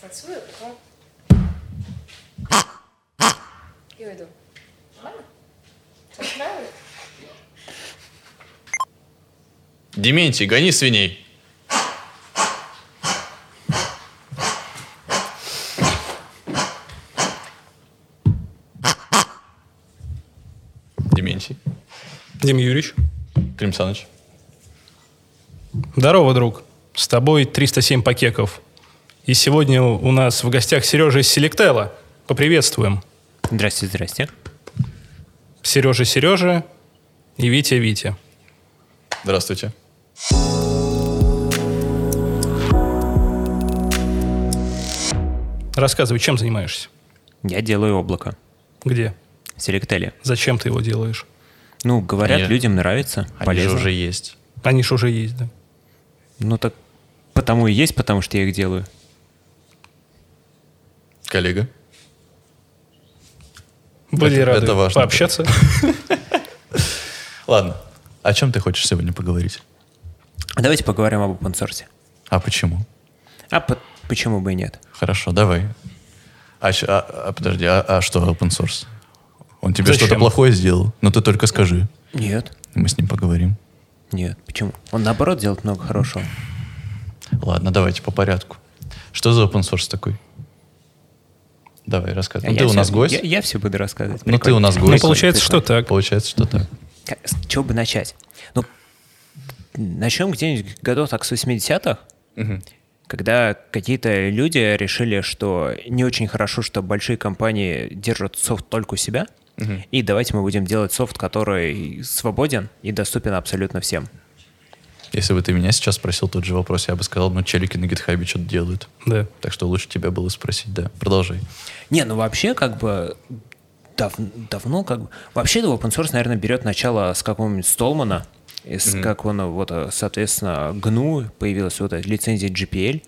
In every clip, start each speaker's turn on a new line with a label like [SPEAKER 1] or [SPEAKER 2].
[SPEAKER 1] працює, тому. І уйду. Ладно? Це правильно?
[SPEAKER 2] Дементий, гони свиней. Дементий.
[SPEAKER 3] Дим Юрьевич.
[SPEAKER 2] Клим Саныч.
[SPEAKER 3] Здорово, друг. С тобой 307 пакеков. И сегодня у нас в гостях Сережа из Селектела. Поприветствуем.
[SPEAKER 4] Здрасте, здрасте.
[SPEAKER 3] Сережа, Сережа и Витя, Витя.
[SPEAKER 2] Здравствуйте.
[SPEAKER 3] Рассказывай, чем занимаешься?
[SPEAKER 4] Я делаю облако.
[SPEAKER 3] Где?
[SPEAKER 4] Селектели.
[SPEAKER 3] Зачем ты его делаешь?
[SPEAKER 4] Ну, говорят,
[SPEAKER 2] Они-
[SPEAKER 4] людям нравится.
[SPEAKER 2] Они же
[SPEAKER 4] полезно.
[SPEAKER 2] уже есть.
[SPEAKER 3] Они же уже есть, да?
[SPEAKER 4] Ну так потому и есть, потому что я их делаю.
[SPEAKER 2] Коллега.
[SPEAKER 3] Были
[SPEAKER 2] Это-
[SPEAKER 3] рады
[SPEAKER 2] это важно.
[SPEAKER 3] пообщаться.
[SPEAKER 2] Ладно. О чем ты хочешь сегодня поговорить?
[SPEAKER 4] А Давайте поговорим об open source.
[SPEAKER 2] А почему?
[SPEAKER 4] А по- почему бы и нет?
[SPEAKER 2] Хорошо, давай. А, щ- а- а, подожди, а, а что open source? Он тебе
[SPEAKER 3] Зачем?
[SPEAKER 2] что-то плохое сделал? Ну ты только скажи.
[SPEAKER 4] Нет.
[SPEAKER 2] и Мы с ним поговорим.
[SPEAKER 4] Нет, почему? Он наоборот делает много хорошего.
[SPEAKER 2] Ладно, давайте по порядку. Что за open source такой? Давай,
[SPEAKER 4] А
[SPEAKER 2] рассказывай. Ну,
[SPEAKER 4] я
[SPEAKER 2] ты у
[SPEAKER 4] всё-
[SPEAKER 2] нас гость.
[SPEAKER 4] Я, я все буду рассказывать.
[SPEAKER 2] Ну, ты у нас
[SPEAKER 3] Ну,
[SPEAKER 2] гость.
[SPEAKER 3] получается, что так.
[SPEAKER 2] Получается, что так.
[SPEAKER 4] Как- С чего бы начать? Ну, начнем где-нибудь годов так с 80-х, когда какие-то люди решили, что не очень хорошо, что большие компании держат софт только у себя, и давайте мы будем делать софт, который свободен и доступен абсолютно всем.
[SPEAKER 2] Если бы ты меня сейчас спросил тот же вопрос, я бы сказал, ну, челики на гитхабе что-то делают.
[SPEAKER 3] Да.
[SPEAKER 2] Так что лучше тебя было спросить, да. Продолжай.
[SPEAKER 4] Не, ну вообще как бы дав- давно как бы... Вообще то open source, наверное, берет начало с какого-нибудь Столмана, из как он вот, э, соответственно, GNU появилась вот эта лицензия GPL,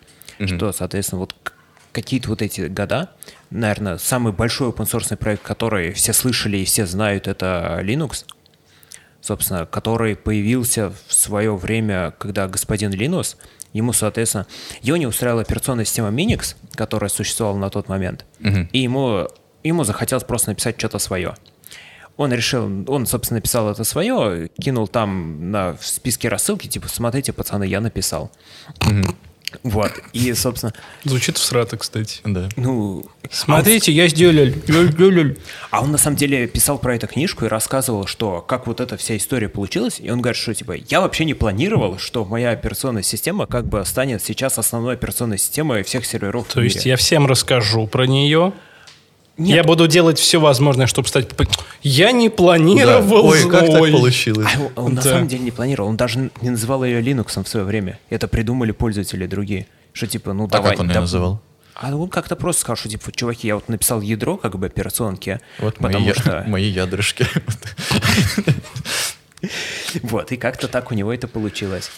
[SPEAKER 4] что, соответственно, вот к- какие-то вот эти года, наверное, самый большой open source проект, который все слышали и все знают, это Linux, собственно, который появился в свое время, когда господин Линус, ему, соответственно, его не устраивала операционная система Minix, которая существовала на тот момент, и ему, ему захотелось просто написать что-то свое. Он решил, он, собственно, написал это свое, кинул там на, в списке рассылки, типа, смотрите, пацаны, я написал. Вот, и, собственно,
[SPEAKER 3] Звучит всрато, кстати.
[SPEAKER 2] Да.
[SPEAKER 4] ну...
[SPEAKER 3] Смотрите, я сделал. Я сделал.
[SPEAKER 4] А он на самом деле писал про это книжку и рассказывал, что как вот эта вся история получилась. И он говорит, что типа я вообще не планировал, что моя операционная система как бы станет сейчас основной операционной системой всех серверов.
[SPEAKER 3] То есть я всем расскажу про нее.
[SPEAKER 4] Нет.
[SPEAKER 3] Я буду делать все возможное, чтобы стать... попу- Я не планировал.
[SPEAKER 2] Ой, как так
[SPEAKER 3] ой.
[SPEAKER 2] получилось?
[SPEAKER 4] А он, он на
[SPEAKER 3] Да.
[SPEAKER 4] самом деле не планировал. Он даже не называл ее Linux в свое время. Это придумали пользователи другие. Что типа, ну
[SPEAKER 2] А
[SPEAKER 4] давай.
[SPEAKER 2] как он ее
[SPEAKER 4] да-
[SPEAKER 2] называл?
[SPEAKER 4] А он как-то просто сказал, что типа, чуваки, я вот написал ядро как бы операционки,
[SPEAKER 2] Вот мои,
[SPEAKER 4] потому
[SPEAKER 2] я-
[SPEAKER 4] что
[SPEAKER 2] мои ядрышки.
[SPEAKER 4] вот и как-то так у него это получилось.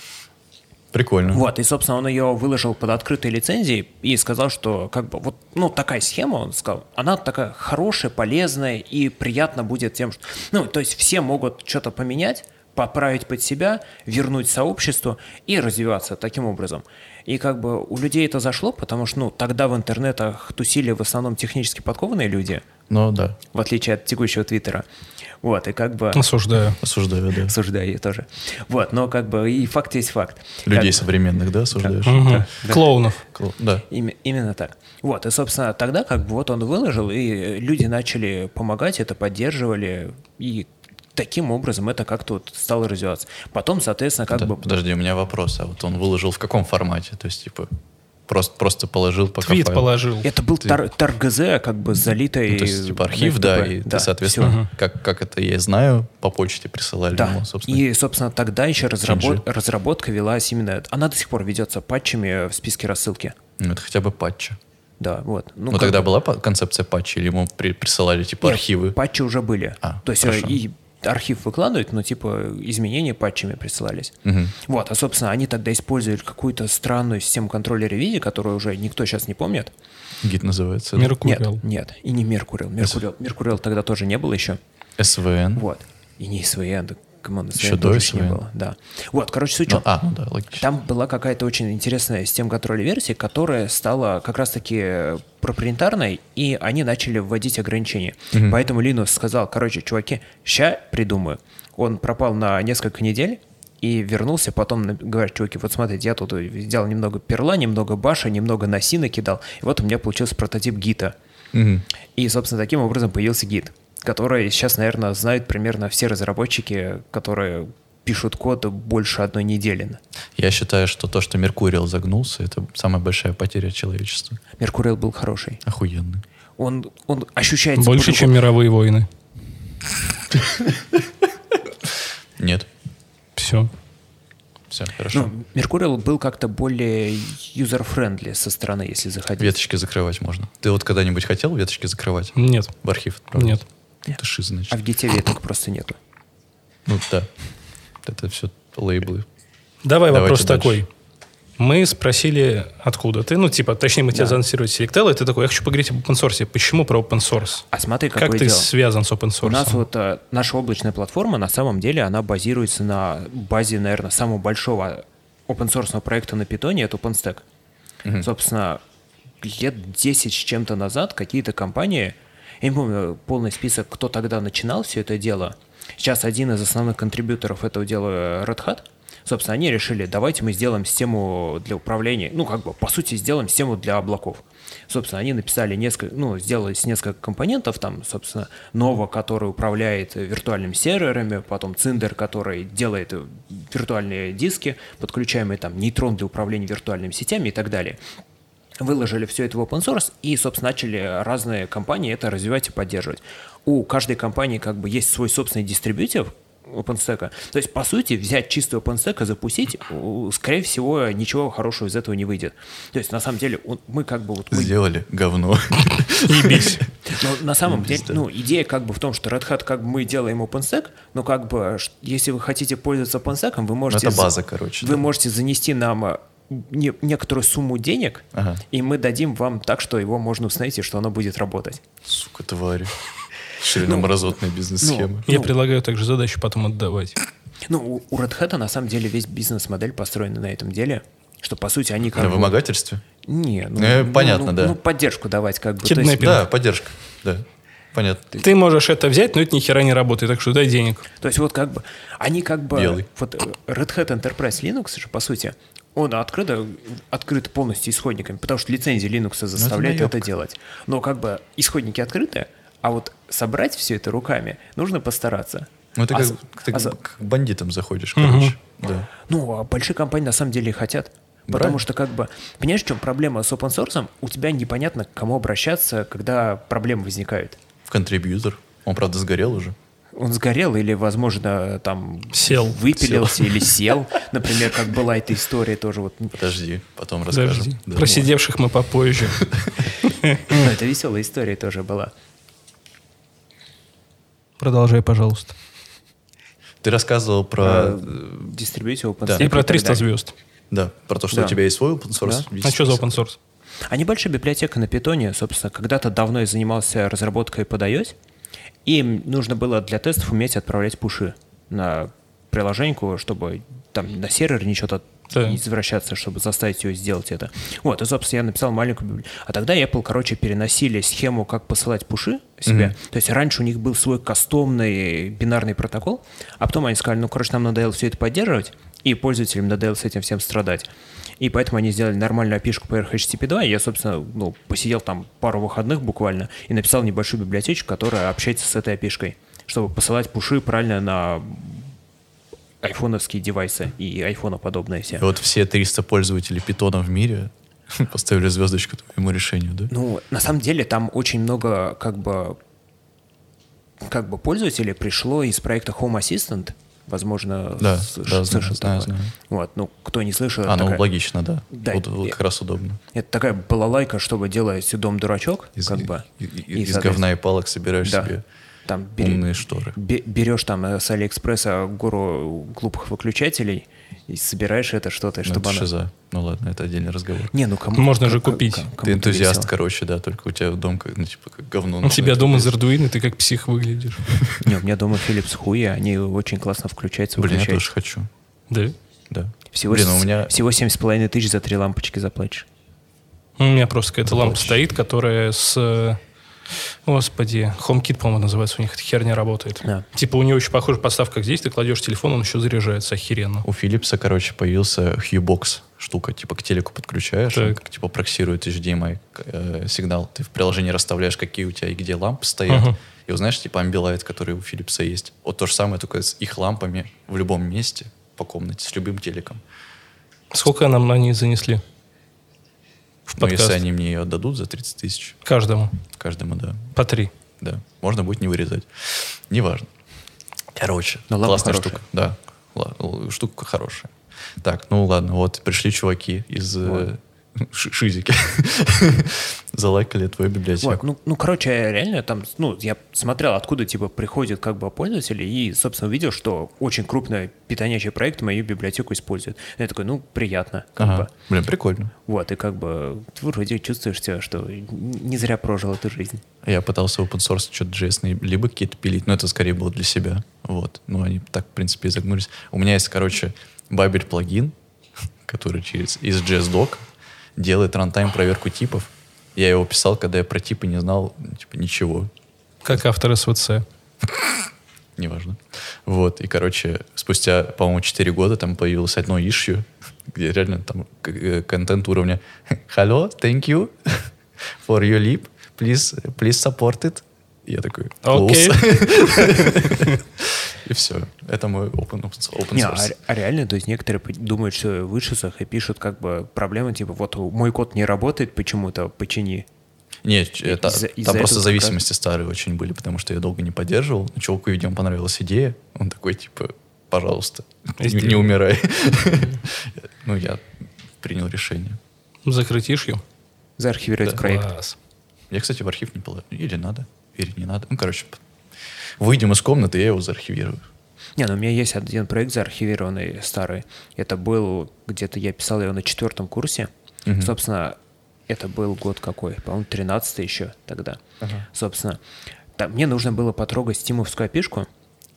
[SPEAKER 2] Прикольно.
[SPEAKER 4] Вот, и, собственно, он ее выложил под открытой лицензией и сказал, что как бы вот, ну, такая схема, он сказал, она такая хорошая, полезная и приятно будет тем, что, ну, то есть все могут что-то поменять, поправить под себя, вернуть сообществу и развиваться таким образом. И как бы у людей это зашло, потому что, ну, тогда в интернетах тусили в основном технически подкованные люди,
[SPEAKER 2] Ну да,
[SPEAKER 4] в отличие от текущего Твиттера. Вот, и как бы...
[SPEAKER 3] Осуждаю.
[SPEAKER 2] осуждаю, да.
[SPEAKER 4] Осуждаю я тоже. Вот, но как бы и факт есть факт.
[SPEAKER 2] Людей
[SPEAKER 4] Как-
[SPEAKER 2] современных, да, осуждаешь?
[SPEAKER 3] Мгм. Клоунов.
[SPEAKER 2] Кл- Да.
[SPEAKER 4] Ими- именно так. Вот, и, собственно, тогда как бы вот он выложил, и люди начали помогать, это поддерживали, и таким образом это как-то вот стало развиваться. Потом, соответственно, как
[SPEAKER 2] Да,
[SPEAKER 4] бы...
[SPEAKER 2] Подожди, у меня вопрос. А вот он выложил в каком формате? То есть, типа, просто, просто положил пока
[SPEAKER 3] Твит
[SPEAKER 2] файл?
[SPEAKER 3] положил.
[SPEAKER 4] Это был тар, ТаргЗ, как бы залитый...
[SPEAKER 2] Ну, то есть, типа, архив, да, и ты, соответственно, как, как это я знаю, по почте присылали
[SPEAKER 4] Да.
[SPEAKER 2] ему, собственно.
[SPEAKER 4] И, собственно, тогда еще разработ-
[SPEAKER 2] PNG.
[SPEAKER 4] разработка велась именно... Она до сих пор ведется патчами в списке рассылки.
[SPEAKER 2] Ну, это хотя бы патча.
[SPEAKER 4] Да, вот.
[SPEAKER 2] Ну,
[SPEAKER 4] как
[SPEAKER 2] тогда
[SPEAKER 4] бы-
[SPEAKER 2] была па- концепция патча, или ему при- присылали, типа,
[SPEAKER 4] Нет,
[SPEAKER 2] архивы?
[SPEAKER 4] Патчи уже были.
[SPEAKER 2] А,
[SPEAKER 4] То есть
[SPEAKER 2] хорошо.
[SPEAKER 4] э, и архив выкладывают, но типа изменения патчами присылались. Вот, а собственно они тогда использовали какую-то странную систему контроля ревизии, которую уже никто сейчас не помнит.
[SPEAKER 2] Гид называется. да?
[SPEAKER 3] Меркурий.
[SPEAKER 4] Нет, нет, и не Меркурил. Меркурил, Меркурил тогда тоже не было еще.
[SPEAKER 2] СВН.
[SPEAKER 4] Вот. И не СВН. да Команда
[SPEAKER 2] Еще
[SPEAKER 4] Slayer тоже
[SPEAKER 2] до
[SPEAKER 4] ж не
[SPEAKER 2] SVN.
[SPEAKER 4] было. Да. Вот, короче, суть в
[SPEAKER 2] Ну,
[SPEAKER 4] чем.
[SPEAKER 2] а, ну да, логично.
[SPEAKER 4] Там была какая-то очень интересная система контроля версии, которая стала как раз-таки проприетарной, и они начали вводить ограничения. Поэтому Linux сказал, короче, чуваки, ща придумаю. Он пропал на несколько недель, и вернулся потом, на- говорит, чуваки, вот смотрите, я тут сделал немного перла, немного баша, немного наси накидал, и вот у меня получился прототип гита.
[SPEAKER 2] Мгм.
[SPEAKER 4] И, собственно, таким образом появился гид, который сейчас, наверное, знают примерно все разработчики, которые пишут код больше одной недели.
[SPEAKER 2] Я считаю, что то, что Меркуриал загнулся, это самая большая потеря человечества.
[SPEAKER 4] Меркурий был хороший.
[SPEAKER 2] Охуенно.
[SPEAKER 4] Он, он ощущается...
[SPEAKER 3] Больше,
[SPEAKER 4] по-другому.
[SPEAKER 3] чем мировые войны.
[SPEAKER 2] Нет.
[SPEAKER 3] Все.
[SPEAKER 2] Все, хорошо.
[SPEAKER 4] Ну, Меркурий был как-то более юзер-френдли со стороны, если заходить.
[SPEAKER 2] Веточки закрывать можно. Ты вот когда-нибудь хотел веточки закрывать?
[SPEAKER 3] Нет.
[SPEAKER 2] В архив отправлять?
[SPEAKER 3] Нет.
[SPEAKER 2] Это шиз, значит.
[SPEAKER 4] А в гите веток просто нету.
[SPEAKER 2] Ну да. Это все лейблы.
[SPEAKER 3] Давай
[SPEAKER 2] Давайте
[SPEAKER 3] вопрос
[SPEAKER 2] дальше.
[SPEAKER 3] такой. Мы спросили, откуда ты, ну, типа, точнее, мы тебя
[SPEAKER 4] Да.
[SPEAKER 3] заанонсировали Selectel, и ты такой, я хочу поговорить об open source. Почему про open source?
[SPEAKER 4] А смотри, какое
[SPEAKER 3] Как ты
[SPEAKER 4] дело.
[SPEAKER 3] связан с open source?
[SPEAKER 4] У нас вот э, наша облачная платформа, на самом деле, она базируется на базе, наверное, самого большого open-source проекта на питоне, это OpenStack. Собственно, лет 10 с чем-то назад какие-то компании, я не помню полный список, кто тогда начинал все это дело. Сейчас один из основных контрибьюторов этого дела э, Red Hat. Собственно, они решили, давайте мы сделаем систему для управления, ну, как бы, по сути, сделаем систему для облаков. Собственно, они написали несколько, ну, сделали с несколько компонентов, там, собственно, Nova, который управляет э, виртуальными серверами, потом Cinder, который делает э, виртуальные диски, подключаемые там нейтрон для управления виртуальными сетями и так далее выложили все это в open source и, собственно, начали разные компании это развивать и поддерживать. У каждой компании как бы есть свой собственный дистрибьютив OpenStack. То есть, по сути, взять чистый OpenStack и запустить, у- скорее всего, ничего хорошего из этого не выйдет. То есть, на самом деле, у- мы как бы... Вот, мы-
[SPEAKER 2] Сделали говно.
[SPEAKER 4] но на самом деле, ну, идея как бы в том, что Red Hat, как бы мы делаем OpenStack, но как бы, ш- если вы хотите пользоваться OpenStack, вы можете...
[SPEAKER 2] Ну, это
[SPEAKER 4] за-
[SPEAKER 2] база, короче,
[SPEAKER 4] Вы
[SPEAKER 2] да.
[SPEAKER 4] можете занести нам э, не- некоторую сумму денег,
[SPEAKER 2] Ага.
[SPEAKER 4] и мы дадим вам так, что его можно установить, и что оно будет работать.
[SPEAKER 2] Сука, твари. Ширина мразотная бизнес-схема.
[SPEAKER 3] Я
[SPEAKER 4] ну-
[SPEAKER 3] предлагаю также задачу потом отдавать.
[SPEAKER 4] Ну, у у Red Hat на самом деле весь бизнес-модель построена на этом деле, что, по сути, они как
[SPEAKER 2] На
[SPEAKER 4] бы-
[SPEAKER 2] вымогательстве?
[SPEAKER 4] Не, ну,
[SPEAKER 2] Э,
[SPEAKER 4] ну,
[SPEAKER 2] понятно,
[SPEAKER 4] ну,
[SPEAKER 2] да.
[SPEAKER 4] Ну, поддержку давать как бы. То есть-
[SPEAKER 3] Киднеппинг.
[SPEAKER 2] Да, поддержка. Да. Понятно.
[SPEAKER 3] Ты можешь это взять, но это ни хера не работает, так что дай денег.
[SPEAKER 4] То есть вот как бы, они как бы,
[SPEAKER 2] Белый.
[SPEAKER 4] вот э, Red Hat Enterprise Linux же, по сути, он открыто, открыт полностью исходниками, потому что лицензия Linux заставляет это,
[SPEAKER 2] наёбка.
[SPEAKER 4] делать. Но как бы исходники открыты, а вот собрать все это руками нужно постараться.
[SPEAKER 2] Ну, это
[SPEAKER 4] А
[SPEAKER 2] как,
[SPEAKER 4] с-
[SPEAKER 2] ты
[SPEAKER 4] а за-
[SPEAKER 2] к бандитам заходишь, короче. Да.
[SPEAKER 4] ну, а большие компании на самом деле и хотят. Потому
[SPEAKER 2] Правильно.
[SPEAKER 4] что, как бы, понимаешь, в чем проблема с open source? У тебя непонятно, к кому обращаться, когда проблемы возникают.
[SPEAKER 2] В контрибьютор. Он, правда, сгорел уже.
[SPEAKER 4] Он сгорел или, возможно, там
[SPEAKER 3] Сел.
[SPEAKER 4] выпилился или сел. Например, как была эта история тоже. Вот. Ну,
[SPEAKER 2] Подожди, потом
[SPEAKER 3] Подожди.
[SPEAKER 2] расскажем. Да,
[SPEAKER 3] Про сидевших мы попозже.
[SPEAKER 4] ну, Это веселая история тоже была.
[SPEAKER 3] Продолжай, пожалуйста.
[SPEAKER 2] вот. Ты рассказывал про...
[SPEAKER 4] Дистрибьютив А, open
[SPEAKER 2] А. Да.
[SPEAKER 4] source
[SPEAKER 3] И про
[SPEAKER 4] так
[SPEAKER 3] 300
[SPEAKER 4] далее.
[SPEAKER 3] звезд.
[SPEAKER 2] Да, про то, что
[SPEAKER 4] Да.
[SPEAKER 2] у тебя есть свой open source.
[SPEAKER 4] Да.
[SPEAKER 2] есть-
[SPEAKER 3] А что за open source?
[SPEAKER 4] А небольшая библиотека на питоне, собственно, когда-то давно я занимался разработкой под iOS. Им нужно было для тестов уметь отправлять пуши на приложеньку, чтобы там на сервер ничего-то
[SPEAKER 3] Да.
[SPEAKER 4] не возвращаться, чтобы заставить ее сделать это. Вот, и, собственно, я написал маленькую библиотеку. А тогда Apple, короче, переносили схему, как посылать пуши себе. То есть раньше у них был свой кастомный бинарный протокол, а потом они сказали, ну, короче, нам надоело все это поддерживать, и пользователям надоело с этим всем страдать. И поэтому они сделали нормальную api по RHTTP 2, и я, собственно, ну, посидел там пару выходных буквально и написал небольшую библиотечку, которая общается с этой api чтобы посылать пуши правильно на айфоновские девайсы и айфоноподобные все.
[SPEAKER 2] И вот все 300 пользователей питона в мире поставили звездочку твоему решению, да?
[SPEAKER 4] Ну, на самом деле там очень много как бы как бы пользователей пришло из проекта Home Assistant, возможно,
[SPEAKER 2] Да,
[SPEAKER 4] с-
[SPEAKER 2] да,
[SPEAKER 4] слышал
[SPEAKER 2] знаю, знаю,
[SPEAKER 4] такое.
[SPEAKER 2] знаю.
[SPEAKER 4] Вот, ну, кто не слышал, это
[SPEAKER 2] А, ну
[SPEAKER 4] такая,
[SPEAKER 2] логично, да.
[SPEAKER 4] Да,
[SPEAKER 2] вот, вот
[SPEAKER 4] я-
[SPEAKER 2] как раз удобно.
[SPEAKER 4] это такая балалайка, чтобы делать дом дурачок,
[SPEAKER 2] Из,
[SPEAKER 4] как бы.
[SPEAKER 2] и- и-
[SPEAKER 4] И,
[SPEAKER 2] из
[SPEAKER 4] соответственно,
[SPEAKER 2] говна и палок собираешь
[SPEAKER 4] да.
[SPEAKER 2] себе
[SPEAKER 4] там бери-
[SPEAKER 2] умные шторы.
[SPEAKER 4] бе- берешь там э, с Алиэкспресса гору глупых выключателей и собираешь это что-то,
[SPEAKER 2] Ну, это
[SPEAKER 4] чтобы оно...
[SPEAKER 2] шиза. Ну ладно, это отдельный разговор.
[SPEAKER 4] Не, ну кому...
[SPEAKER 3] Можно же
[SPEAKER 4] к- к-
[SPEAKER 3] купить.
[SPEAKER 4] к- кому-то
[SPEAKER 2] Ты энтузиаст,
[SPEAKER 4] весело.
[SPEAKER 2] короче, да, только у тебя дом как, ну, типа, как говно.
[SPEAKER 3] У
[SPEAKER 2] ну,
[SPEAKER 3] тебя
[SPEAKER 2] это
[SPEAKER 3] дома
[SPEAKER 2] есть.
[SPEAKER 3] из Ардуино, ты как псих выглядишь.
[SPEAKER 4] Не, у меня дома Philips хуя, они очень классно включаются,
[SPEAKER 2] Блин, я тоже
[SPEAKER 4] выключаются.
[SPEAKER 2] хочу.
[SPEAKER 3] Да.
[SPEAKER 2] Да.
[SPEAKER 4] Всего,
[SPEAKER 2] Блин, ну,
[SPEAKER 4] с-
[SPEAKER 2] у меня...
[SPEAKER 4] всего 7,5 тысяч за три лампочки заплатишь.
[SPEAKER 3] У меня просто какая-то лампа
[SPEAKER 2] Вообще.
[SPEAKER 3] стоит, которая с... э, Господи, HomeKit, по-моему, называется, у них эта херня работает.
[SPEAKER 4] Да.
[SPEAKER 3] Типа у нее очень похожая поставка, как здесь, ты кладешь телефон, он еще заряжается охеренно.
[SPEAKER 2] У Philips'а, короче, появился Huebox штука, типа к телеку подключаешь, он,
[SPEAKER 3] Так.
[SPEAKER 2] как, типа проксирует HDMI э, сигнал, ты в приложении расставляешь, какие у тебя и где лампы стоят,
[SPEAKER 3] Мгм.
[SPEAKER 2] и узнаешь, типа амбилайт, который у Philips'а есть. Вот то же самое, только с их лампами в любом месте по комнате, с любым телеком.
[SPEAKER 3] Сколько нам они занесли? В
[SPEAKER 2] Но
[SPEAKER 3] подкаст.
[SPEAKER 2] если они мне ее отдадут за 30 тысяч,
[SPEAKER 3] Каждому.
[SPEAKER 2] каждому, да,
[SPEAKER 3] По три.
[SPEAKER 2] да, можно будет не вырезать. Неважно. Короче,
[SPEAKER 4] Но лампа
[SPEAKER 2] классная
[SPEAKER 4] хорошая.
[SPEAKER 2] штука. Да, Ла- л- штука хорошая. Так, ну ладно, вот пришли чуваки из э, ш- Шизики. Залайкали твою
[SPEAKER 4] Вот,
[SPEAKER 2] библиотеку.
[SPEAKER 4] ну, ну, короче, реально там, ну, я смотрел, откуда, типа, приходят как бы пользователи, и, собственно, увидел, что очень крупный питонячий проект мою библиотеку использует. Я такой, ну, приятно, как
[SPEAKER 2] Ага.
[SPEAKER 4] бы.
[SPEAKER 2] Блин, прикольно.
[SPEAKER 4] Вот, и как бы ты вроде чувствуешь себя, что не зря прожил эту жизнь.
[SPEAKER 2] Я пытался open source что-то JS, -ные либо какие-то пилить, но это скорее было для себя. Вот. Ну, они так, в принципе, и загнулись. У меня есть, короче, Babel плагин, который через из JSDoc делает рантайм проверку типов. Я его писал, когда я про типы не знал ну, типа, ничего.
[SPEAKER 3] Как автор СВЦ.
[SPEAKER 2] неважно. Вот, и, короче, спустя, по-моему, 4 года там появилось одно ищу, где реально там к- э, контент уровня «Hello, thank you for your lip, please, please support it». Я такой
[SPEAKER 3] Окей.
[SPEAKER 2] «Close». И все. Это мой open, open, open
[SPEAKER 4] Не, а,
[SPEAKER 2] source.
[SPEAKER 4] ре- а реально, то есть некоторые пы- думают, что в ишусах и пишут как бы проблемы, типа, вот мой код не работает почему-то, почини.
[SPEAKER 2] Нет, ч-
[SPEAKER 4] И-
[SPEAKER 2] это-
[SPEAKER 4] из-за- из-за
[SPEAKER 2] там просто
[SPEAKER 4] этого
[SPEAKER 2] зависимости старые очень были, потому что я долго не поддерживал. Но Чуваку, видимо, понравилась идея. Он такой, типа, пожалуйста, не,
[SPEAKER 3] Сделай.
[SPEAKER 2] не умирай. Ну, я принял решение.
[SPEAKER 3] Закрыть ишью.
[SPEAKER 4] Заархивировать
[SPEAKER 2] Да.
[SPEAKER 4] проект.
[SPEAKER 3] Класс.
[SPEAKER 2] Я, кстати, в архив не положил. Или надо, или не надо. Ну, короче, п- выйдем из комнаты, я его заархивирую.
[SPEAKER 4] Не, ну у меня есть один проект заархивированный старый. Это был где-то, я писал его на четвертом курсе.
[SPEAKER 2] Мгм.
[SPEAKER 4] Собственно, это был год какой? По-моему, 13 еще тогда. Собственно, там, мне нужно было потрогать стимовскую опишку.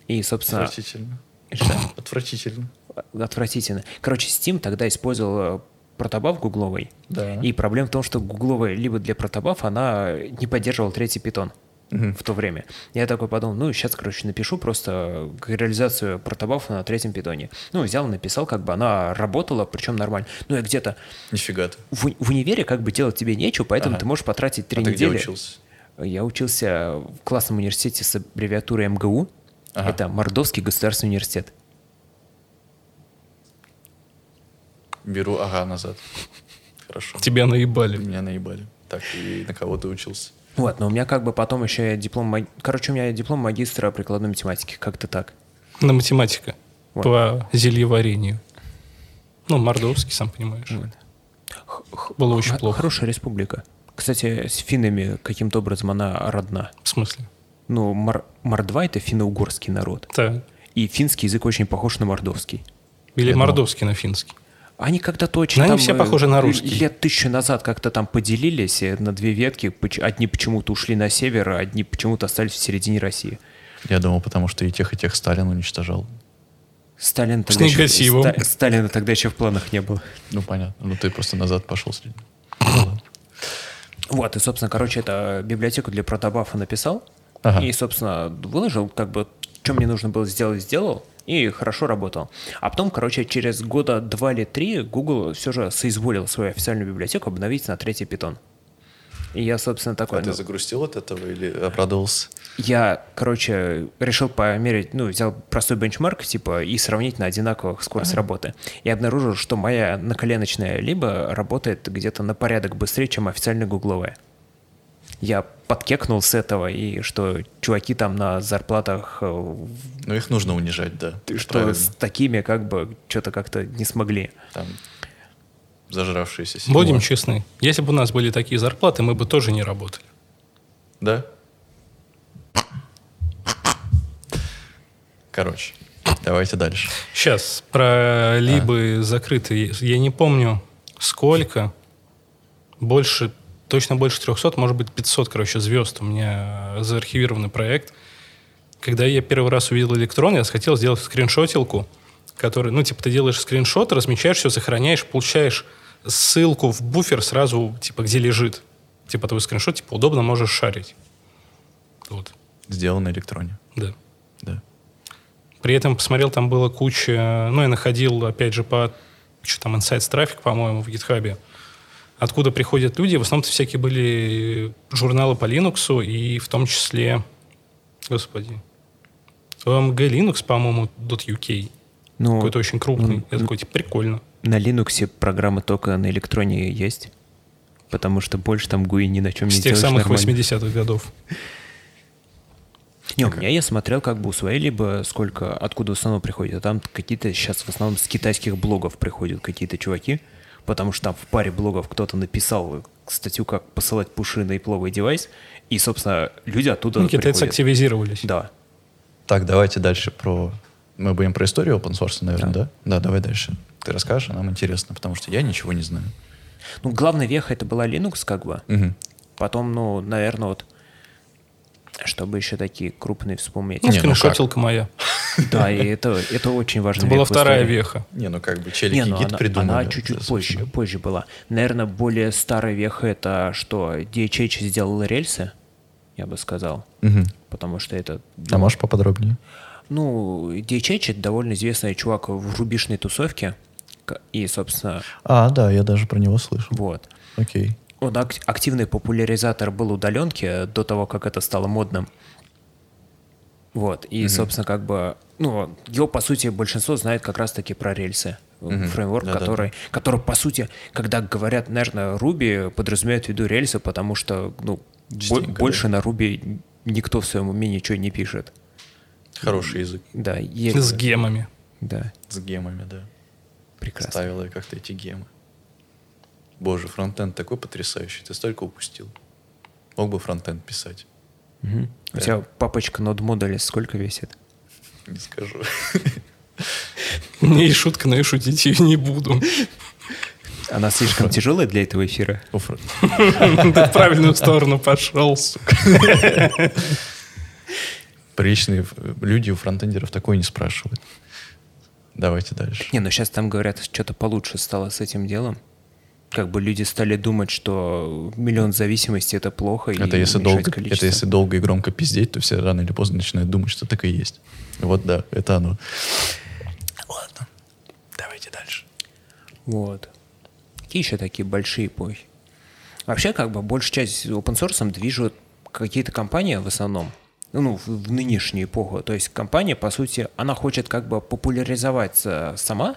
[SPEAKER 4] И, собственно...
[SPEAKER 2] Отвратительно.
[SPEAKER 4] Что?
[SPEAKER 2] Отвратительно.
[SPEAKER 4] Отвратительно. Короче, Steam тогда использовал э, протобаф гугловый.
[SPEAKER 2] Да.
[SPEAKER 4] И проблема в том, что гугловая либо для протобаф, она не поддерживала третий питон в то время. Я такой подумал, ну, сейчас, короче, напишу просто к- реализацию протобафа на третьем питоне. Ну, взял, написал, как бы она работала, причем нормально. Ну, я где-то
[SPEAKER 2] Нифига ты.
[SPEAKER 4] в, уни- в универе как бы делать тебе нечего, поэтому
[SPEAKER 2] Ага.
[SPEAKER 4] ты можешь потратить три
[SPEAKER 2] а ты где
[SPEAKER 4] недели.
[SPEAKER 2] учился?
[SPEAKER 4] Я учился в классном университете с аббревиатурой МГУ.
[SPEAKER 2] Ага.
[SPEAKER 4] Это Мордовский государственный университет.
[SPEAKER 2] Беру, ага, назад. Хорошо.
[SPEAKER 3] Тебя наебали.
[SPEAKER 2] Меня наебали. Так, и на кого ты учился?
[SPEAKER 4] Вот, но у меня как бы потом еще и диплом... маг- Короче, у меня диплом магистра прикладной математики, как-то так.
[SPEAKER 3] На математика.
[SPEAKER 4] Вот.
[SPEAKER 3] По зельеварению. Ну, мордовский, сам понимаешь. Было очень
[SPEAKER 4] Х-
[SPEAKER 3] плохо.
[SPEAKER 4] Хорошая республика. Кстати, с финнами каким-то образом она родна.
[SPEAKER 3] В смысле?
[SPEAKER 4] Ну, мор... мордва — это финно-угорский народ.
[SPEAKER 3] Так.
[SPEAKER 4] И финский язык очень похож на мордовский.
[SPEAKER 3] Или
[SPEAKER 2] Я
[SPEAKER 3] мордовский на финский.
[SPEAKER 4] Они когда-то очень...
[SPEAKER 3] Но они
[SPEAKER 4] там,
[SPEAKER 3] все
[SPEAKER 4] э,
[SPEAKER 3] похожи на русский.
[SPEAKER 4] Лет тысячу назад как-то там поделились э, на две ветки. Поч- Одни почему-то ушли на север, а одни почему-то остались в середине России.
[SPEAKER 2] Я думал, потому что и тех, и тех Сталин уничтожал.
[SPEAKER 4] Сталин тогда, еще...
[SPEAKER 3] негативом.
[SPEAKER 4] Ста- Сталина тогда еще в планах не было.
[SPEAKER 2] Ну, понятно. Ну, ты просто назад пошел среди.
[SPEAKER 4] Вот, и, собственно, короче, это библиотеку для протобафа написал.
[SPEAKER 2] Ага.
[SPEAKER 4] И, собственно, выложил, как бы, что мне нужно было сделать, сделал. И хорошо работал. А потом, короче, через года два или три Google все же соизволил свою официальную библиотеку обновить на третий питон. И я, собственно, такой...
[SPEAKER 2] А ты
[SPEAKER 4] ну,
[SPEAKER 2] загрустил от этого или обрадовался?
[SPEAKER 4] я, короче, решил померить, ну, взял простой бенчмарк, типа, и сравнить на одинаковых скорость работы. И обнаружил, что моя наколеночная либо работает где-то на порядок быстрее, чем официальная гугловая. Я подкекнул с этого, и что чуваки там на зарплатах, э, в-
[SPEAKER 2] Ну, их нужно унижать, да.
[SPEAKER 4] что
[SPEAKER 2] Правильно.
[SPEAKER 4] с такими как бы что-то как-то не смогли.
[SPEAKER 2] Там зажравшиеся. сидят.
[SPEAKER 3] Будем честны. Если бы у нас были такие зарплаты, мы бы тоже не работали.
[SPEAKER 2] Да? Короче, давайте дальше.
[SPEAKER 3] Сейчас, про либы закрытые. Я не помню, сколько. Больше, точно больше 300, может быть, 500, короче, звезд у меня заархивированный проект. Когда я первый раз увидел электрон, я хотел сделать скриншотилку, который, ну, типа, ты делаешь скриншот, размечаешь все, сохраняешь, получаешь ссылку в буфер сразу, типа, где лежит. Типа, твой скриншот, типа, удобно можешь шарить. Вот,
[SPEAKER 2] Сделано на электроне.
[SPEAKER 3] да.
[SPEAKER 2] Да.
[SPEAKER 3] При этом посмотрел, там было куча... Ну, я находил, опять же, по... Что там, Insights Traffic, по-моему, в гитхабе. Откуда приходят люди? В основном-то всякие были журналы по Linux, и в том числе... Господи. OMG Linux, по-моему, .uk.
[SPEAKER 4] Ну,
[SPEAKER 3] Какой-то очень крупный.
[SPEAKER 4] ну,
[SPEAKER 3] Я такой, типа, прикольно.
[SPEAKER 4] на Linux программы только на электроне есть, потому что больше там GUI ни на чем не
[SPEAKER 3] С тех
[SPEAKER 4] сделаешь
[SPEAKER 3] самых
[SPEAKER 4] нормально.
[SPEAKER 3] 80-х годов.
[SPEAKER 4] Не, у меня я смотрел как бы у своей, либо сколько, откуда в основном приходит. А там какие-то сейчас в основном с китайских блогов приходят какие-то чуваки, потому что там в паре блогов кто-то написал статью, как посылать пуши на ипловый девайс, и, собственно, люди оттуда
[SPEAKER 3] Ну, китайцы
[SPEAKER 4] приходят.
[SPEAKER 3] активизировались.
[SPEAKER 4] Да.
[SPEAKER 2] Так, давайте дальше про... Мы будем про историю open source, наверное, да? Да, давай дальше. Ты расскажешь, а нам интересно, потому что я ничего не знаю.
[SPEAKER 4] Ну, главная веха это была Linux, как бы.
[SPEAKER 2] Мгм.
[SPEAKER 4] Потом, ну, наверное, вот чтобы еще такие крупные вспомнить.
[SPEAKER 3] Ну,
[SPEAKER 2] Не, ну как?
[SPEAKER 3] скриншотилка моя.
[SPEAKER 4] Да, и это, это очень важно.
[SPEAKER 3] Это была вторая веха.
[SPEAKER 2] Не, ну как бы челики
[SPEAKER 4] Не, ну
[SPEAKER 2] гид
[SPEAKER 4] она,
[SPEAKER 2] придумали.
[SPEAKER 4] она
[SPEAKER 2] вот
[SPEAKER 4] чуть-чуть
[SPEAKER 2] это,
[SPEAKER 4] позже,
[SPEAKER 2] собственно.
[SPEAKER 4] позже была. Наверное, более старая веха это что, DHH сделал рельсы, я бы сказал.
[SPEAKER 2] Мгм.
[SPEAKER 4] Потому что это...
[SPEAKER 2] А можешь поподробнее?
[SPEAKER 4] Ну, DHH это довольно известный чувак в рубишной тусовке. К- И, собственно,
[SPEAKER 2] А, да, я даже про него слышал.
[SPEAKER 4] вот.
[SPEAKER 2] Окей.
[SPEAKER 4] Он ак- активный популяризатор был удаленки до того, как это стало модным. Вот. И, собственно, как бы... Ну, его, по сути, большинство знает как раз-таки про рельсы. Фреймворк,
[SPEAKER 2] Да-да-да.
[SPEAKER 4] который, который, по сути, когда говорят, наверное, Руби, подразумевают в виду рельсы, потому что, ну, бо-
[SPEAKER 2] Частенько, да.
[SPEAKER 4] больше на Руби никто в своем уме ничего не пишет.
[SPEAKER 2] Хороший язык.
[SPEAKER 4] Да, еле.
[SPEAKER 3] С гемами.
[SPEAKER 4] Да,
[SPEAKER 2] С гемами, да.
[SPEAKER 4] прекрасно.
[SPEAKER 2] Ставила я как-то эти гемы. Боже, фронтенд такой потрясающий. Ты столько упустил. Мог бы фронтенд писать.
[SPEAKER 4] Мгм. У тебя папочка нод модуля сколько весит?
[SPEAKER 2] Не скажу.
[SPEAKER 3] Не и шутка, но и шутить я не буду.
[SPEAKER 4] Она слишком тяжелая для этого эфира.
[SPEAKER 2] У фрон-
[SPEAKER 3] Ты в правильную сторону пошел, сука.
[SPEAKER 2] Приличные ф- люди у фронтендеров такое не спрашивают. Давайте дальше.
[SPEAKER 4] Не, ну сейчас там говорят, что-то получше стало с этим делом. Как бы люди стали думать, что миллион зависимостей это плохо. и
[SPEAKER 2] Это если,
[SPEAKER 4] уменьшать
[SPEAKER 2] долго, это
[SPEAKER 4] количество.
[SPEAKER 2] если долго и громко пиздеть, то все рано или поздно начинают думать, что так и есть. Вот да, это оно. Ладно, давайте дальше.
[SPEAKER 4] Вот. Какие еще такие большие эпохи? Вообще, как бы, большая часть open source движут какие-то компании в основном, ну, в, в нынешнюю эпоху. То есть компания, по сути, она хочет как бы популяризоваться сама,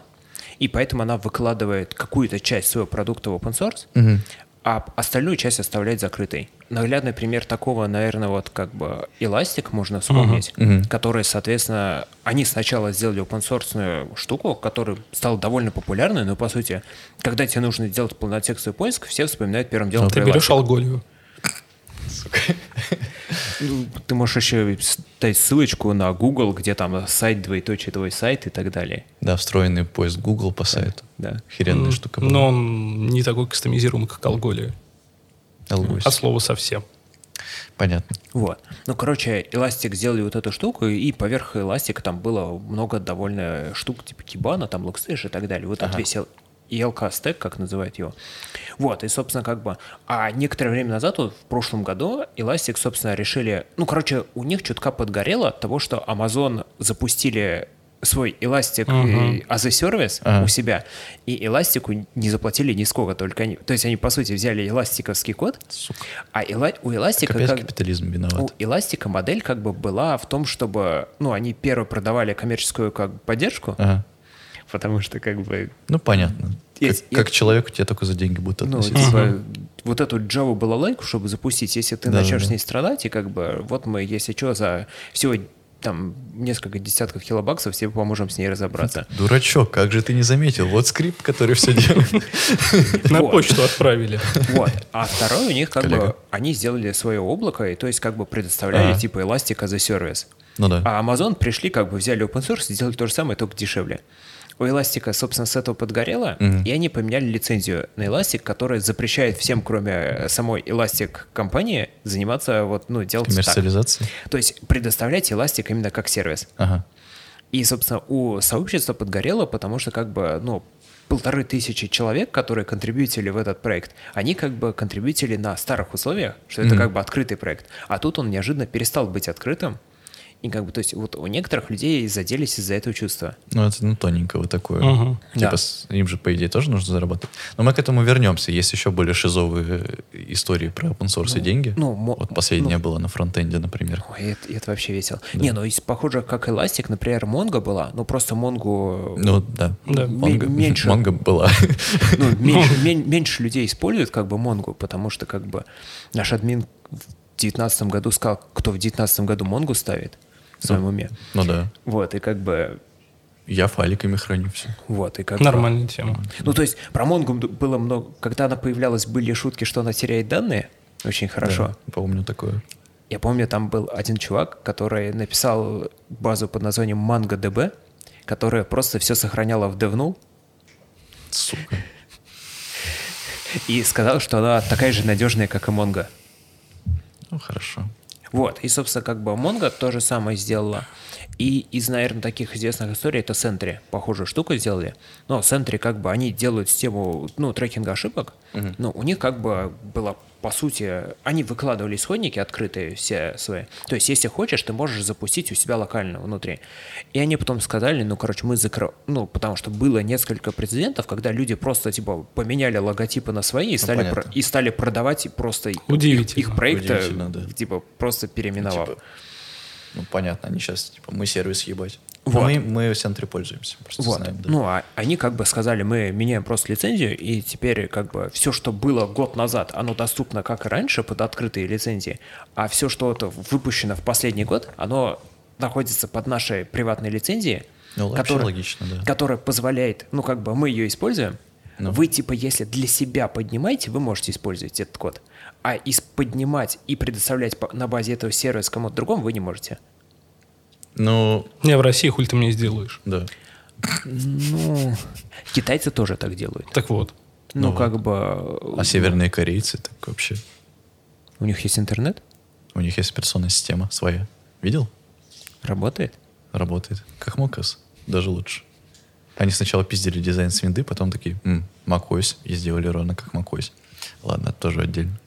[SPEAKER 4] и поэтому она выкладывает какую-то часть своего продукта в open source, а остальную часть оставляет закрытой. Наглядный пример такого, наверное, вот как бы Elastic можно вспомнить, которые, соответственно, они сначала сделали open source штуку, которая стала довольно популярной, но по сути, когда тебе нужно делать полнотекстовый поиск, все вспоминают первым делом
[SPEAKER 3] Ты
[SPEAKER 4] про
[SPEAKER 3] берешь
[SPEAKER 4] Elastic.
[SPEAKER 3] алголию.
[SPEAKER 4] Ну, Ты можешь еще дать ссылочку на Google, где там сайт, двоеточие твой сайт и так далее.
[SPEAKER 2] Да, встроенный поиск Google по сайту.
[SPEAKER 4] Да.
[SPEAKER 2] Херенная штука. была.
[SPEAKER 3] Ну, Но он не такой кастомизируемый, как алголия.
[SPEAKER 2] L8.
[SPEAKER 3] От слова совсем.
[SPEAKER 2] Понятно.
[SPEAKER 4] Вот. Ну, короче, эластик сделали вот эту штуку, и поверх эластика там было много довольно штук, типа кибана, там локстэш и так далее. Вот отвесил ELK стек, как называют его. Вот, и, собственно, как бы... А некоторое время назад, вот в прошлом году, Elastic, собственно, решили... Ну, короче, у них чутка подгорело от того, что Amazon запустили свой Elastic э, as a Service у себя, и Эластику не заплатили нисколько, только они... То есть они, по сути, взяли эластиковский код, а Ела- у Эластика...
[SPEAKER 2] Опять
[SPEAKER 4] как-
[SPEAKER 2] капитализм виноват.
[SPEAKER 4] у Эластика модель как бы была в том, чтобы, ну, они первые продавали коммерческую как бы поддержку,
[SPEAKER 2] Ага.
[SPEAKER 4] потому что как бы,
[SPEAKER 2] Ну, понятно.
[SPEAKER 4] Есть-
[SPEAKER 2] как, как человеку тебе только за деньги будут
[SPEAKER 4] ну,
[SPEAKER 2] относиться.
[SPEAKER 4] типа, вот эту Java балалайку, чтобы запустить, если ты
[SPEAKER 2] Да-да-да.
[SPEAKER 4] начнешь с ней страдать, и как бы, вот мы, если что, за всего там несколько десятков килобаксов все поможем с ней разобраться.
[SPEAKER 2] Дурачок, как же ты не заметил? Вот скрипт, который все делает.
[SPEAKER 3] На
[SPEAKER 4] Вот.
[SPEAKER 3] почту отправили.
[SPEAKER 4] Вот. А второй у них как
[SPEAKER 2] Коллега. А.
[SPEAKER 4] бы, они сделали свое облако, и то есть как бы предоставляли
[SPEAKER 2] Ага.
[SPEAKER 4] типа Elastic as a Service.
[SPEAKER 2] Ну да.
[SPEAKER 4] А Amazon пришли, как бы взяли open source и сделали то же самое, только дешевле. У Эластика, собственно, с этого подгорело,
[SPEAKER 2] Мгм.
[SPEAKER 4] и они поменяли лицензию на Эластик, которая запрещает всем, кроме э, самой Эластик компании, заниматься вот, ну, делать так.
[SPEAKER 2] Коммерциализация.
[SPEAKER 4] То есть предоставлять Эластик именно как сервис.
[SPEAKER 2] Ага.
[SPEAKER 4] И, собственно, у сообщества подгорело, потому что как бы, ну, полторы тысячи человек, которые контрибьютили в этот проект, они как бы контрибьютили на старых условиях, что это
[SPEAKER 2] Мгм.
[SPEAKER 4] как бы открытый проект. А тут он неожиданно перестал быть открытым. И как бы, то есть вот у некоторых людей заделись из-за этого чувства.
[SPEAKER 2] Ну, это ну, тоненько вот такое.
[SPEAKER 3] Мгм.
[SPEAKER 2] Типа,
[SPEAKER 4] Да.
[SPEAKER 2] с- им же, по идее, тоже нужно зарабатывать. Но мы к этому вернемся. Есть еще более шизовые э, истории про open source и деньги.
[SPEAKER 4] ну, мо-
[SPEAKER 2] вот последняя была на фронтенде, например.
[SPEAKER 4] Ой, Ну, это, это вообще весело. Не, ну, из похоже, как Эластик, например, Монго была, ну, просто Монгу
[SPEAKER 2] Ну, да.
[SPEAKER 3] Да.
[SPEAKER 2] Манго,
[SPEAKER 4] Ме- меньше.
[SPEAKER 2] манго была.
[SPEAKER 4] ну, меньше, мен- меньше людей используют как бы Монгу, потому что как бы наш админ в девятнадцатом году сказал, кто в девятнадцатом году Монгу ставит в своем уме.
[SPEAKER 2] ну да.
[SPEAKER 4] Вот, и как бы...
[SPEAKER 2] Я файликами храню все.
[SPEAKER 4] Вот, и как бы-
[SPEAKER 3] Нормальная тема.
[SPEAKER 4] Ну, то есть про Монгу д- было много... Когда она появлялась, были шутки, что она теряет данные. Очень хорошо.
[SPEAKER 2] помню такое.
[SPEAKER 4] Я помню, там был один чувак, который написал базу под названием MangoDB, которая просто все сохраняла в DevNull
[SPEAKER 2] Сука.
[SPEAKER 4] и сказал, что она такая же надежная, как и Mongo.
[SPEAKER 2] Ну, хорошо.
[SPEAKER 4] Вот, и, собственно, как бы Монго то же самое сделала. И из, наверное, таких известных историй это Сентри. Похожую штуку сделали. Но Сентри, как бы, они делают систему, ну, трекинга ошибок. Ну, у них, как бы, было, по сути, они выкладывали исходники открытые все свои. То есть, если хочешь, ты можешь запустить у себя локально внутри. И они потом сказали, ну, короче, мы закрываем. Ну, потому что было несколько прецедентов, когда люди просто, типа, поменяли логотипы на свои и стали,
[SPEAKER 2] Ну, понятно.
[SPEAKER 4] про- и стали продавать и просто их-
[SPEAKER 3] Удивительно.
[SPEAKER 4] их проекты,
[SPEAKER 2] Удивительно, да.
[SPEAKER 4] типа, просто переименовал.
[SPEAKER 2] Типа, ну, понятно, они сейчас, типа, мы сервис ебать.
[SPEAKER 4] Вот.
[SPEAKER 2] А Мы, мы в центре пользуемся, просто
[SPEAKER 4] Вот.
[SPEAKER 2] знаем. да.
[SPEAKER 4] Ну, а они как бы сказали, мы меняем просто лицензию, и теперь как бы все, что было год назад, оно доступно как и раньше под открытые лицензии, а все, что это выпущено в последний год, оно находится под нашей приватной лицензией,
[SPEAKER 2] Ну, вообще
[SPEAKER 4] которая,
[SPEAKER 2] логично, да.
[SPEAKER 4] которая позволяет, ну, как бы мы ее используем,
[SPEAKER 2] Ну.
[SPEAKER 4] вы, типа, если для себя поднимаете, вы можете использовать этот код, а из поднимать и предоставлять по- на базе этого сервиса кому-то другому вы не можете.
[SPEAKER 2] Ну,
[SPEAKER 3] Не, в России хуй ты мне сделаешь.
[SPEAKER 2] да.
[SPEAKER 4] Ну, китайцы тоже так делают.
[SPEAKER 3] Так вот.
[SPEAKER 4] Ну, как бы...
[SPEAKER 2] А северные корейцы, так вообще,
[SPEAKER 4] У них есть интернет?
[SPEAKER 2] у них есть операционная система своя. Видел?
[SPEAKER 4] Работает?
[SPEAKER 2] Работает. Как макос, даже лучше. Они сначала пиздили дизайн с винды, потом такие, «М, macOS, и сделали ровно как macOS. Ладно, это тоже отдельно.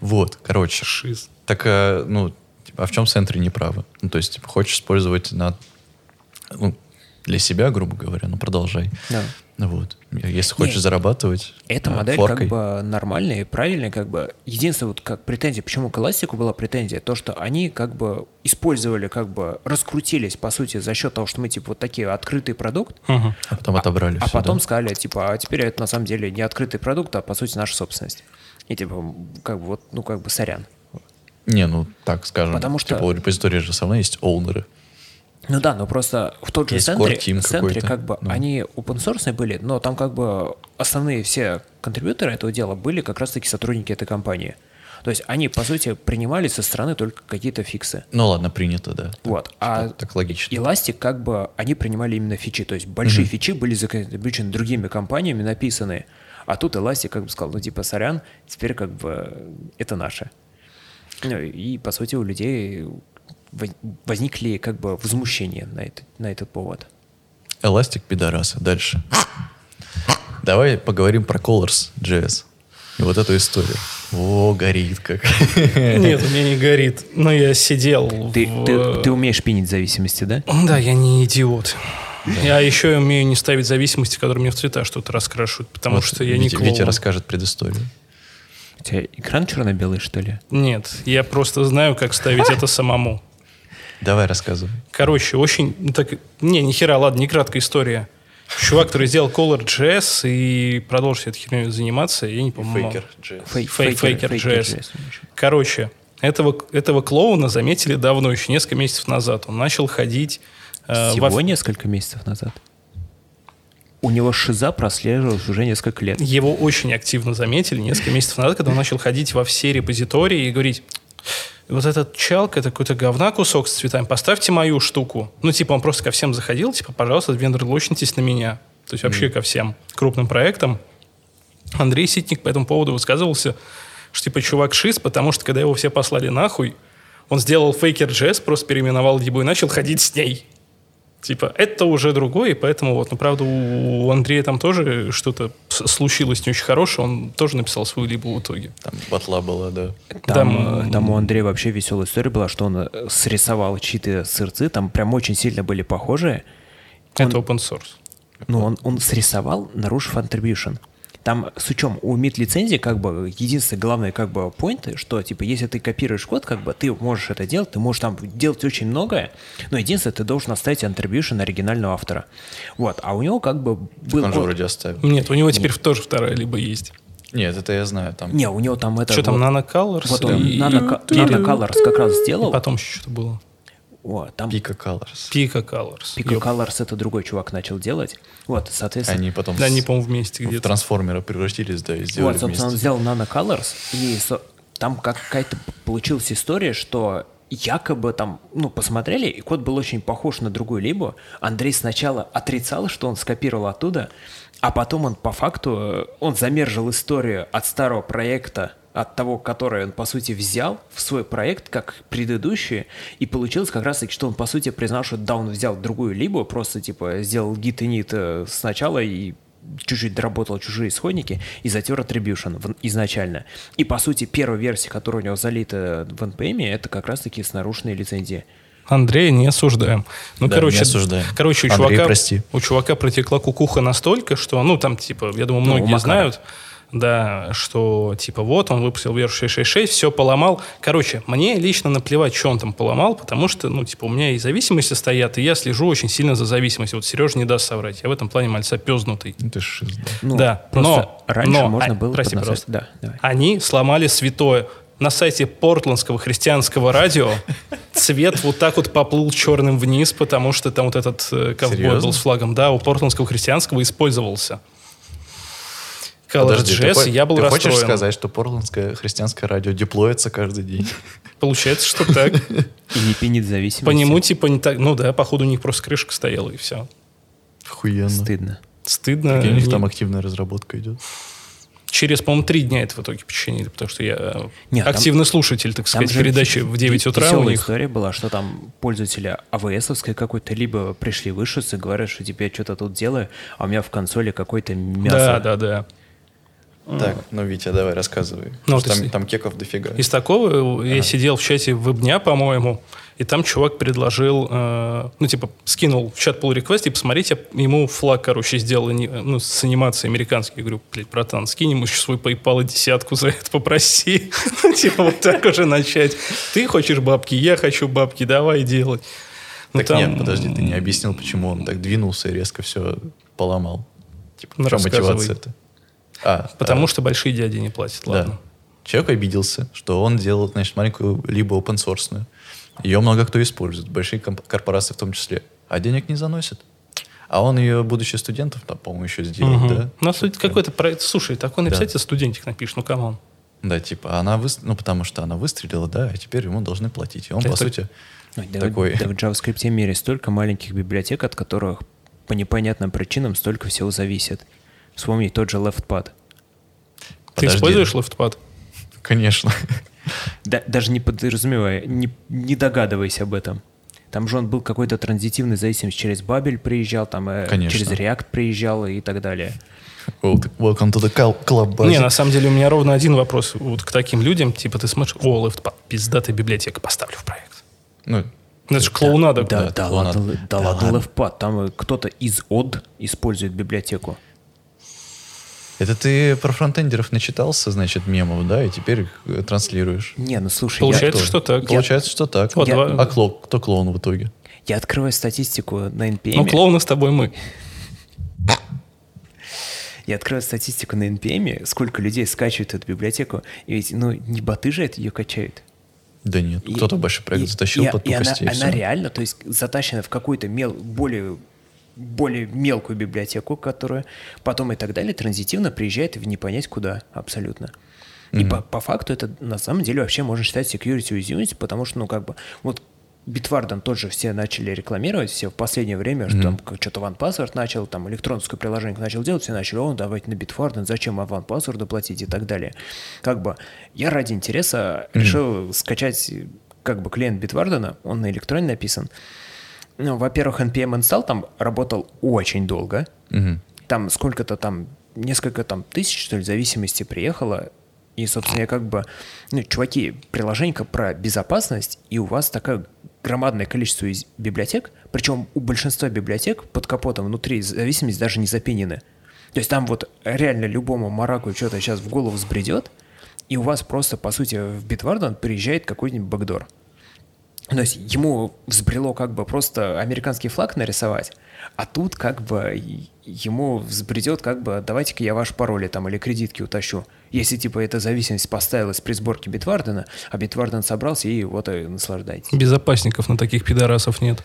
[SPEAKER 2] Вот, короче.
[SPEAKER 3] Шиз.
[SPEAKER 2] Так, э, ну, типа, а в чем центре неправы? Ну, то есть, типа, хочешь использовать на, ну, для себя, грубо говоря, ну, продолжай.
[SPEAKER 4] Да.
[SPEAKER 2] Ну, вот. Если хочешь
[SPEAKER 4] Не,
[SPEAKER 2] зарабатывать
[SPEAKER 4] Эта
[SPEAKER 2] э,
[SPEAKER 4] модель
[SPEAKER 2] форкой,
[SPEAKER 4] как бы нормальная и правильная, как бы. Единственное, вот как претензия, почему к эластику была претензия, то, что они как бы использовали, как бы раскрутились, по сути, за счет того, что мы, типа, вот такие открытый продукт,
[SPEAKER 3] Мгм.
[SPEAKER 2] а потом отобрали
[SPEAKER 4] а
[SPEAKER 2] всё, да?
[SPEAKER 4] потом сказали, типа, а теперь это на самом деле не открытый продукт, а, по сути, наша собственность. И, типа, как бы, вот, ну, как бы, сорян.
[SPEAKER 2] Не, ну, так скажем.
[SPEAKER 4] Потому что-
[SPEAKER 2] Типа, у репозитории же все равно есть оунеры.
[SPEAKER 4] Ну да, но просто в тот же
[SPEAKER 2] Есть
[SPEAKER 4] центре,
[SPEAKER 2] core team
[SPEAKER 4] центре
[SPEAKER 2] какой-то,
[SPEAKER 4] как бы
[SPEAKER 2] ну.
[SPEAKER 4] они open source были, но там как бы основные все контрибьюторы этого дела были как раз-таки сотрудники этой компании. То есть они, по сути, принимали со стороны только какие-то фиксы.
[SPEAKER 2] Ну, ладно, принято, да.
[SPEAKER 4] Вот. А
[SPEAKER 2] Так, так логично.
[SPEAKER 4] Elastic как бы они принимали именно фичи. То есть большие фичи были законтрибьючены другими компаниями, написаны. А тут Elastic как бы сказал, ну типа, сорян, теперь как бы это наше. Ну, и, по сути, у людей воз- возникли как бы возмущения на этот, на этот повод.
[SPEAKER 2] Эластик пидораса. Дальше. Давай поговорим про Colors.js. И вот эту историю. О, горит как. Э,
[SPEAKER 3] Нет, у меня не горит. Но я сидел
[SPEAKER 4] Ты,
[SPEAKER 3] в-
[SPEAKER 4] ты, ты умеешь пинить зависимости, да?
[SPEAKER 3] Да, я не идиот. Я еще умею не ставить зависимости, которые мне в цвета что-то раскрашивают, потому
[SPEAKER 2] Вот
[SPEAKER 3] что я не
[SPEAKER 2] Витя,
[SPEAKER 3] клоун.
[SPEAKER 2] Витя расскажет предысторию.
[SPEAKER 4] У тебя экран черно-белый, что ли?
[SPEAKER 3] Нет, я просто знаю, как ставить это самому.
[SPEAKER 2] Давай рассказывай.
[SPEAKER 3] Короче, очень... ну, Так, не, ни хера, ладно, не краткая история. Чувак, который сделал Color.js и продолжит этой херней заниматься, я не помню.
[SPEAKER 4] Фей-
[SPEAKER 3] Фей- Фейкер JS.
[SPEAKER 4] JS, ну, ничего.
[SPEAKER 3] Короче, этого, этого клоуна заметили давно, еще несколько месяцев назад. Он начал ходить... э,
[SPEAKER 4] Всего
[SPEAKER 3] во-
[SPEAKER 4] несколько месяцев назад. У него шиза прослеживалась уже несколько лет.
[SPEAKER 3] Его очень активно заметили несколько месяцев назад, когда он начал ходить во все репозитории и говорить, вот этот чалк, это какой-то говна кусок с цветами, поставьте мою штуку. Ну, типа, он просто ко всем заходил, типа, пожалуйста, вендор лочнитесь на меня. То есть вообще ко всем крупным проектам. Андрей Ситник по этому поводу высказывался, что, типа, чувак шиз, потому что, когда его все послали нахуй, он сделал фейкер JS, просто переименовал его и начал ходить с ней. Типа, это уже другое, и поэтому вот. Ну, правда, у у Андрея там тоже что-то с- случилось не очень хорошее, он тоже написал свою либо в итоге.
[SPEAKER 2] Там батла была, да.
[SPEAKER 4] Там,
[SPEAKER 3] Там,
[SPEAKER 4] э, там у Андрея вообще веселая история была, что он э, срисовал чьи-то сырцы, там прям очень сильно были похожие.
[SPEAKER 3] Это open source.
[SPEAKER 4] Но Ну, он, он срисовал, нарушив attribution. Там с учем у мид лицензии как бы единственный главный как бы point, что типа если ты копируешь код, как бы ты можешь это делать, ты можешь там делать очень многое, но единственное, ты должен оставить attribution оригинального автора. Вот, а у него как бы был...
[SPEAKER 2] Он же
[SPEAKER 4] код-
[SPEAKER 2] вроде оставил.
[SPEAKER 3] Нет, у него теперь тоже вторая либо есть.
[SPEAKER 2] Нет, это я знаю. Там
[SPEAKER 4] Не, у него там это...
[SPEAKER 3] Что там,
[SPEAKER 4] вот-
[SPEAKER 3] Nano Colors?
[SPEAKER 4] Вот он
[SPEAKER 3] И-
[SPEAKER 4] Nano
[SPEAKER 3] и-
[SPEAKER 4] Nano Colors как раз
[SPEAKER 3] и
[SPEAKER 4] сделал.
[SPEAKER 3] Потом еще что-то было.
[SPEAKER 4] О, там
[SPEAKER 2] Пика Colors.
[SPEAKER 3] Pico Colors.
[SPEAKER 4] Pico
[SPEAKER 3] Ёп.
[SPEAKER 4] Colors это другой чувак начал делать. Вот, соответственно...
[SPEAKER 2] Они потом
[SPEAKER 3] Да, они,
[SPEAKER 2] с-
[SPEAKER 3] по-моему, вместе
[SPEAKER 2] в
[SPEAKER 3] где-то.
[SPEAKER 2] трансформера превратились, да, и сделали
[SPEAKER 4] Вот, собственно, он
[SPEAKER 2] вместе.
[SPEAKER 4] сделал Nano Colors, и со- там как- какая-то получилась история, что якобы там, ну, посмотрели, и код был очень похож на другую либо. Андрей сначала отрицал, что он скопировал оттуда, а потом он по факту, э, он замержил историю от старого проекта, от того, который он, по сути, взял в свой проект, как предыдущие, и получилось как раз таки, что он, по сути, признал, что да, он взял другую либо, просто, типа, сделал гит и нит э, сначала и чуть-чуть доработал чужие исходники и затер attribution в- изначально. И, по сути, первая версия, которая у него залита в NPM, это как раз-таки с нарушенной лицензией.
[SPEAKER 3] Андрея не осуждаем. Ну,
[SPEAKER 2] Да,
[SPEAKER 3] короче,
[SPEAKER 2] не осуждаем.
[SPEAKER 3] короче, у
[SPEAKER 2] Андрей,
[SPEAKER 3] чувака,
[SPEAKER 2] прости.
[SPEAKER 3] у чувака протекла кукуха настолько, что, ну, там, типа, я думаю, многие
[SPEAKER 4] Макара.
[SPEAKER 3] знают, да, что, типа, вот, он выпустил версию 666, все поломал. Короче, мне лично наплевать, что он там поломал, потому что, ну, типа, у меня и зависимости стоят, и я слежу очень сильно за зависимостью. Вот Сережа не даст соврать. Я в этом плане мальца пезнутый.
[SPEAKER 2] Ну, ты ж шиз, да.
[SPEAKER 4] Ну,
[SPEAKER 3] Да,
[SPEAKER 4] просто
[SPEAKER 3] но-
[SPEAKER 4] раньше
[SPEAKER 3] но,
[SPEAKER 4] можно
[SPEAKER 3] а,
[SPEAKER 4] было...
[SPEAKER 3] прости,
[SPEAKER 4] поднасрать-
[SPEAKER 3] пожалуйста.
[SPEAKER 4] Да, давай.
[SPEAKER 3] Они сломали святое. На сайте портландского христианского радио цвет вот так вот поплыл черным вниз, потому что там вот этот э, ковбой
[SPEAKER 2] Серьезно?
[SPEAKER 3] был с флагом, да, у портландского христианского использовался. Colors
[SPEAKER 2] Подожди, ты
[SPEAKER 3] JS,
[SPEAKER 2] хо-
[SPEAKER 3] и я был
[SPEAKER 2] ты
[SPEAKER 3] расстроен.
[SPEAKER 2] хочешь сказать, что портландское христианское радио деплоится каждый день?
[SPEAKER 3] Получается, что так.
[SPEAKER 4] И не пенит зависимость.
[SPEAKER 3] По нему типа не так... Ну да, походу у них просто крышка стояла, и все.
[SPEAKER 2] Охуенно.
[SPEAKER 4] Стыдно.
[SPEAKER 3] Стыдно.
[SPEAKER 2] И У них
[SPEAKER 3] Не-
[SPEAKER 2] там активная разработка идет.
[SPEAKER 3] Через, по-моему, три дня это в итоге починили, потому что я э,
[SPEAKER 4] Не, там-
[SPEAKER 3] активный слушатель, так сказать, передачи в 9 утра у
[SPEAKER 4] весёлая
[SPEAKER 3] них.
[SPEAKER 4] история была, что там пользователи АВСовской какой-то либо пришли вышиться, говорят, что теперь я что-то тут делаю, а у меня в консоли какое-то мясо.
[SPEAKER 3] Да, да, да.
[SPEAKER 2] Так, ну, Витя, давай, рассказывай.
[SPEAKER 3] А. Ну,
[SPEAKER 2] Потому что
[SPEAKER 3] ты
[SPEAKER 2] там,
[SPEAKER 3] с-
[SPEAKER 2] там кеков дофига.
[SPEAKER 3] Из такого э, я сидел в чате веб-дня, по-моему, и там чувак предложил, э, ну, типа, скинул в чат pull request и посмотрите, ему флаг, короче, сделал ани- ну, с анимацией американский. Я говорю, блядь, братан, скинь ему еще свой PayPal и десятку за это попроси. Ну, Типа, вот так уже начать. Ты хочешь бабки, я хочу бабки, давай делать. Ну,
[SPEAKER 2] Так
[SPEAKER 3] там-
[SPEAKER 2] нет, подожди, ты не объяснил, почему он так двинулся и резко все поломал. Типа,
[SPEAKER 3] Ну,
[SPEAKER 2] в чем
[SPEAKER 3] рассказывай.
[SPEAKER 2] мотивация-то? А,
[SPEAKER 3] Потому
[SPEAKER 2] а,
[SPEAKER 3] что большие дяди не платят,
[SPEAKER 2] Да.
[SPEAKER 3] ладно.
[SPEAKER 2] Человек обиделся, что он делал, значит, маленькую либо open source. Ее много кто использует, большие комп- корпорации в том числе. А денег не заносит. А он ее, будучи студентом, там, по-моему, еще сделал,
[SPEAKER 3] Мгм.
[SPEAKER 2] да?
[SPEAKER 3] Ну, а суть какой-то проект. Слушай,
[SPEAKER 2] Да.
[SPEAKER 3] такой написать, а студентик напишет, ну, камон.
[SPEAKER 2] Да, типа, она выс- ну, потому что она выстрелила, да, и теперь ему должны платить. И он, по
[SPEAKER 3] Это-
[SPEAKER 2] сути,
[SPEAKER 4] Ой, да
[SPEAKER 2] такой...
[SPEAKER 4] в- да в JavaScript мире столько маленьких библиотек, от которых по непонятным причинам столько всего зависит. Вспомни тот же LeftPad.
[SPEAKER 3] Ты
[SPEAKER 2] Подожди.
[SPEAKER 3] используешь LeftPad?
[SPEAKER 2] Конечно.
[SPEAKER 4] Да- даже не подразумевая, не, не догадываясь об этом. Там же он был какой-то транзитивный зависимость. Через Бабель приезжал, там э,
[SPEAKER 2] Конечно.
[SPEAKER 4] через React приезжал и так далее.
[SPEAKER 2] Welcome to the cul- club,
[SPEAKER 3] Не,
[SPEAKER 2] Базик.
[SPEAKER 3] на самом деле у меня ровно один вопрос вот к таким людям. Типа ты смотришь, о, лефтпад, пиздатая библиотека, поставлю в проект.
[SPEAKER 2] Ну,
[SPEAKER 3] Ну, это же клоунада.
[SPEAKER 4] Да,
[SPEAKER 2] да,
[SPEAKER 4] да,
[SPEAKER 2] это
[SPEAKER 4] ладно,
[SPEAKER 2] ладно.
[SPEAKER 4] л- да ладно, LeftPad. Там э, кто-то из OD использует библиотеку.
[SPEAKER 2] это ты про фронтендеров начитался, значит, мемов, да, и теперь их э, транслируешь.
[SPEAKER 4] Не, ну слушай, я-
[SPEAKER 3] Получается, что так.
[SPEAKER 2] Получается, что так.
[SPEAKER 3] Вот
[SPEAKER 4] Я-
[SPEAKER 3] два-
[SPEAKER 2] А клоун, кто клоун в итоге?
[SPEAKER 4] я, открываю статистику на NPM.
[SPEAKER 3] Ну, клоуны с тобой мы.
[SPEAKER 4] Я открываю статистику на NPM, сколько людей скачивают эту библиотеку, и ведь, ну, не боты же это ее качают.
[SPEAKER 2] Да нет,
[SPEAKER 4] И-
[SPEAKER 2] кто-то большой проект
[SPEAKER 4] и-
[SPEAKER 2] затащил
[SPEAKER 4] и
[SPEAKER 2] под
[SPEAKER 4] и она,
[SPEAKER 2] тупости, и
[SPEAKER 4] она
[SPEAKER 2] всё.
[SPEAKER 4] реально, то есть затащена в какую-то мел, более, более мелкую библиотеку, которая потом и так далее транзитивно приезжает в непонять куда абсолютно. И по, по факту это на самом деле вообще можно считать security with Unity, потому что, ну, как бы, вот Bitwarden тоже все начали рекламировать, все в последнее время, что там как что-то OnePassword начал, там электронское приложение начал делать, все начали, о, давайте на Bitwarden, зачем OnePassword платить и так далее. Как бы я ради интереса решил скачать как бы клиент Bitwarden, он на электроне написан. Ну, во-первых, NPM install там работал очень долго.
[SPEAKER 2] Мгм.
[SPEAKER 4] Там сколько-то там, несколько там тысяч, что ли, зависимости приехало. И, собственно, я как бы, ну, чуваки, приложение про безопасность, и у вас такое громадное количество из библиотек, причем у большинства библиотек под капотом внутри зависимость даже не запинены. То есть там вот реально любому мараку что-то сейчас в голову взбредет, и у вас просто, по сути, в Bitwarden приезжает какой-нибудь бэкдор. То есть ему взбрело как бы просто американский флаг нарисовать, а тут как бы и- ему взбредет как бы давайте-ка я ваши пароли там или кредитки утащу. Если типа эта зависимость поставилась при сборке Битвардена, а Битварден собрался и вот и наслаждайтесь.
[SPEAKER 3] Безопасников на таких пидорасов нет.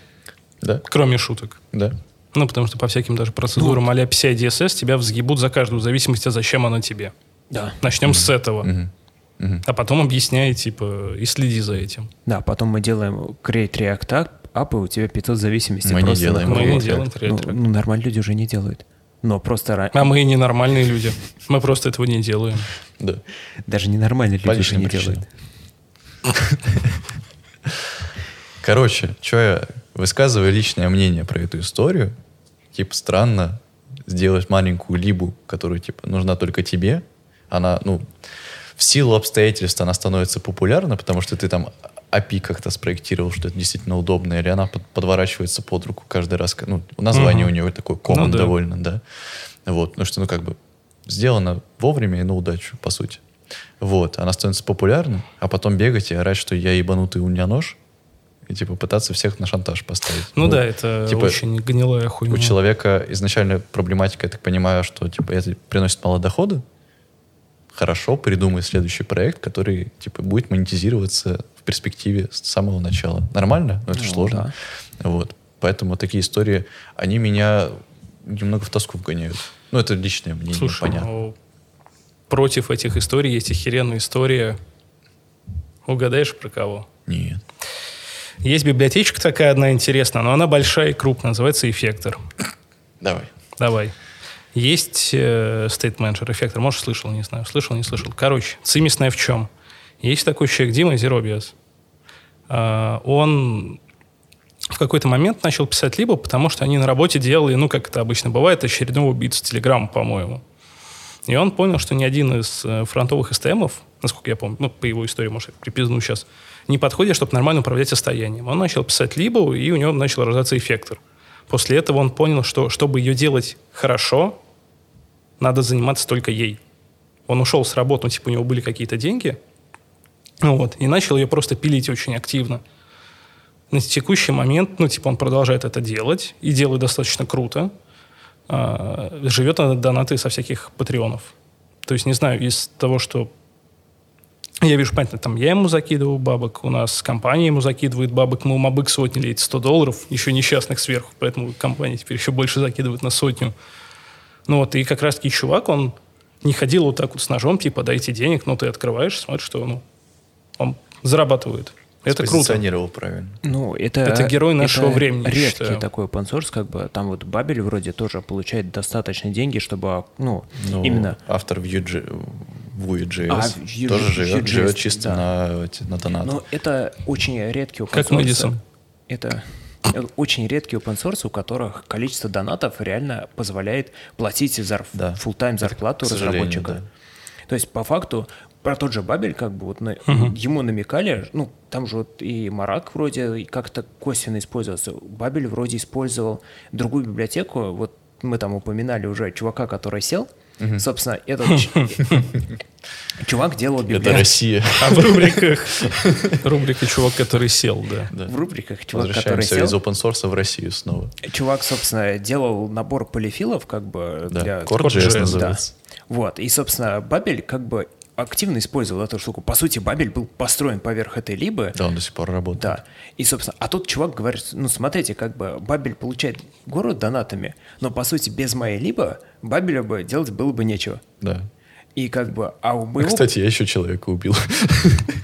[SPEAKER 2] Да,
[SPEAKER 3] Кроме шуток.
[SPEAKER 2] да.
[SPEAKER 3] Ну, потому что по всяким даже
[SPEAKER 2] Ну,
[SPEAKER 3] процедурам а-ля PCI DSS тебя взгибут за каждую зависимость, а зачем она тебе.
[SPEAKER 4] Да.
[SPEAKER 3] Начнем с этого.
[SPEAKER 2] Мгм. Мгм.
[SPEAKER 3] А потом объясняй, типа, и следи за этим.
[SPEAKER 4] Да, потом мы делаем create react app, ап, и у тебя 500 зависимостей.
[SPEAKER 2] Мы не
[SPEAKER 4] просто на
[SPEAKER 2] делаем.
[SPEAKER 4] круг.
[SPEAKER 3] Мы не
[SPEAKER 2] вот
[SPEAKER 3] делаем
[SPEAKER 4] Ну,
[SPEAKER 3] ретрак.
[SPEAKER 4] ну, нормально люди уже не делают. Но просто ра-
[SPEAKER 3] А мы и ненормальные люди. Мы просто этого не делаем.
[SPEAKER 2] Да.
[SPEAKER 4] даже ненормальные
[SPEAKER 2] По
[SPEAKER 4] люди уже
[SPEAKER 2] личным
[SPEAKER 4] не
[SPEAKER 2] причинам.
[SPEAKER 4] делают.
[SPEAKER 2] Короче, что я высказываю личное мнение про эту историю. Типа странно сделать маленькую либу, которая типа нужна только тебе. Она, ну, в силу обстоятельств она становится популярна, потому что ты там API как-то спроектировал, что это действительно удобно, или она под- подворачивается под руку каждый раз. к- Ну, название
[SPEAKER 3] Мгм.
[SPEAKER 2] у нее такое common
[SPEAKER 3] Ну да.
[SPEAKER 2] довольно, да. Вот, ну что, ну как бы сделано вовремя и на удачу, по сути. Вот, она становится популярна, а потом бегать и орать, что я ебанутый у меня нож, и типа пытаться всех на шантаж поставить.
[SPEAKER 3] Ну да, это
[SPEAKER 2] типа,
[SPEAKER 3] очень гнилая хуйня.
[SPEAKER 2] У человека изначально проблематика, я так понимаю, что типа это приносит мало дохода. Хорошо, придумай следующий проект, который типа будет монетизироваться в перспективе с самого начала. Нормально? Но это ж
[SPEAKER 4] Ну,
[SPEAKER 2] сложно. Вот. Поэтому такие истории, они меня немного в тоску вгоняют. Ну, это личное мнение,
[SPEAKER 3] Слушай,
[SPEAKER 2] понятно.
[SPEAKER 3] ну, против этих историй есть охеренная история. Угадаешь про кого?
[SPEAKER 2] Нет.
[SPEAKER 3] Есть библиотечка такая одна интересная, но она большая и крупная, называется «Эффектор».
[SPEAKER 2] Давай.
[SPEAKER 3] Давай. Есть э, State Manager, эффектор. Может, слышал, не знаю. Слышал, не слышал. Короче, цимисная в чем? Есть такой человек Дима Зеробиас. А, он в какой-то момент начал писать либо, потому что они на работе делали, ну, как это обычно бывает, очередного убийцу Телеграма, по-моему. И он понял, что ни один из э, фронтовых СТМов, насколько я помню, ну, по его истории, может, я припизну сейчас, не подходит, чтобы нормально управлять состоянием. Он начал писать либо, и у него начал рождаться эффектор. После этого он понял, что чтобы ее делать хорошо, надо заниматься только ей. Он ушел с работы, ну, типа у него были какие-то деньги, ну вот, и начал ее просто пилить очень активно. На текущий момент, ну, типа, он продолжает это делать, и делает достаточно круто. А, живет она донаты со всяких патреонов. То есть, не знаю, из того, что я вижу, понятно, там я ему закидываю бабок, у нас компания ему закидывает бабок, мы у Мабыксу отняли эти 100 долларов, еще несчастных сверху, поэтому компания теперь еще больше закидывает на сотню. Ну вот, и как раз-таки чувак, он не ходил вот так вот с ножом, типа, дайте денег, но ты открываешь, смотришь, что ну, он зарабатывает. Это круто.
[SPEAKER 2] Позиционировал правильно.
[SPEAKER 4] Ну, это,
[SPEAKER 3] Это герой нашего времени, я
[SPEAKER 4] Редкий
[SPEAKER 3] считаю.
[SPEAKER 4] такой open source, как бы там вот Бабель вроде тоже получает достаточно деньги, чтобы, ну,
[SPEAKER 2] Ну,
[SPEAKER 4] именно.
[SPEAKER 2] Автор Vue.js
[SPEAKER 4] А,
[SPEAKER 2] Vue.js
[SPEAKER 4] Vue-
[SPEAKER 2] тоже живет,
[SPEAKER 4] Vue.js,
[SPEAKER 2] живет чисто
[SPEAKER 4] да.
[SPEAKER 2] на, эти- на донаты.
[SPEAKER 4] Но это очень редкий open
[SPEAKER 3] Как
[SPEAKER 4] source.
[SPEAKER 3] Мэдисон.
[SPEAKER 4] Это э, очень редкий open source, у которых количество донатов реально позволяет платить зарф...
[SPEAKER 2] Да.
[SPEAKER 4] full-time зарплату
[SPEAKER 2] к сожалению,
[SPEAKER 4] разработчика.
[SPEAKER 2] да.
[SPEAKER 4] То есть, по факту, про тот же Бабель, как бы, вот на- ему намекали, ну, там же вот и Марак вроде и как-то косвенно использовался. Бабель вроде использовал другую библиотеку, вот мы там упоминали уже чувака, который сел. Собственно, этот ч- чувак делал
[SPEAKER 2] это
[SPEAKER 4] библиотеку.
[SPEAKER 2] Россия.
[SPEAKER 3] А в рубриках рубрика «Чувак, который сел», да.
[SPEAKER 2] Да.
[SPEAKER 4] В рубриках чувак, который
[SPEAKER 2] Возвращаемся
[SPEAKER 4] сел.
[SPEAKER 2] из open source в Россию снова.
[SPEAKER 4] Чувак, собственно, делал набор полифилов, как бы
[SPEAKER 2] Да.
[SPEAKER 4] для
[SPEAKER 2] Core.js
[SPEAKER 3] Core.js,
[SPEAKER 2] называется.
[SPEAKER 4] Вот. И, собственно, Бабель как бы активно использовал эту штуку. По сути, Бабель был построен поверх этой либы.
[SPEAKER 2] Да, он до сих пор работает.
[SPEAKER 4] Да. И, собственно, а тут чувак говорит, ну, смотрите, как бы Бабель получает город донатами, но, по сути, без моей либо Бабелю бы делать было бы нечего.
[SPEAKER 2] Да.
[SPEAKER 4] И как бы, а у моего...
[SPEAKER 2] Кстати, я еще человека убил.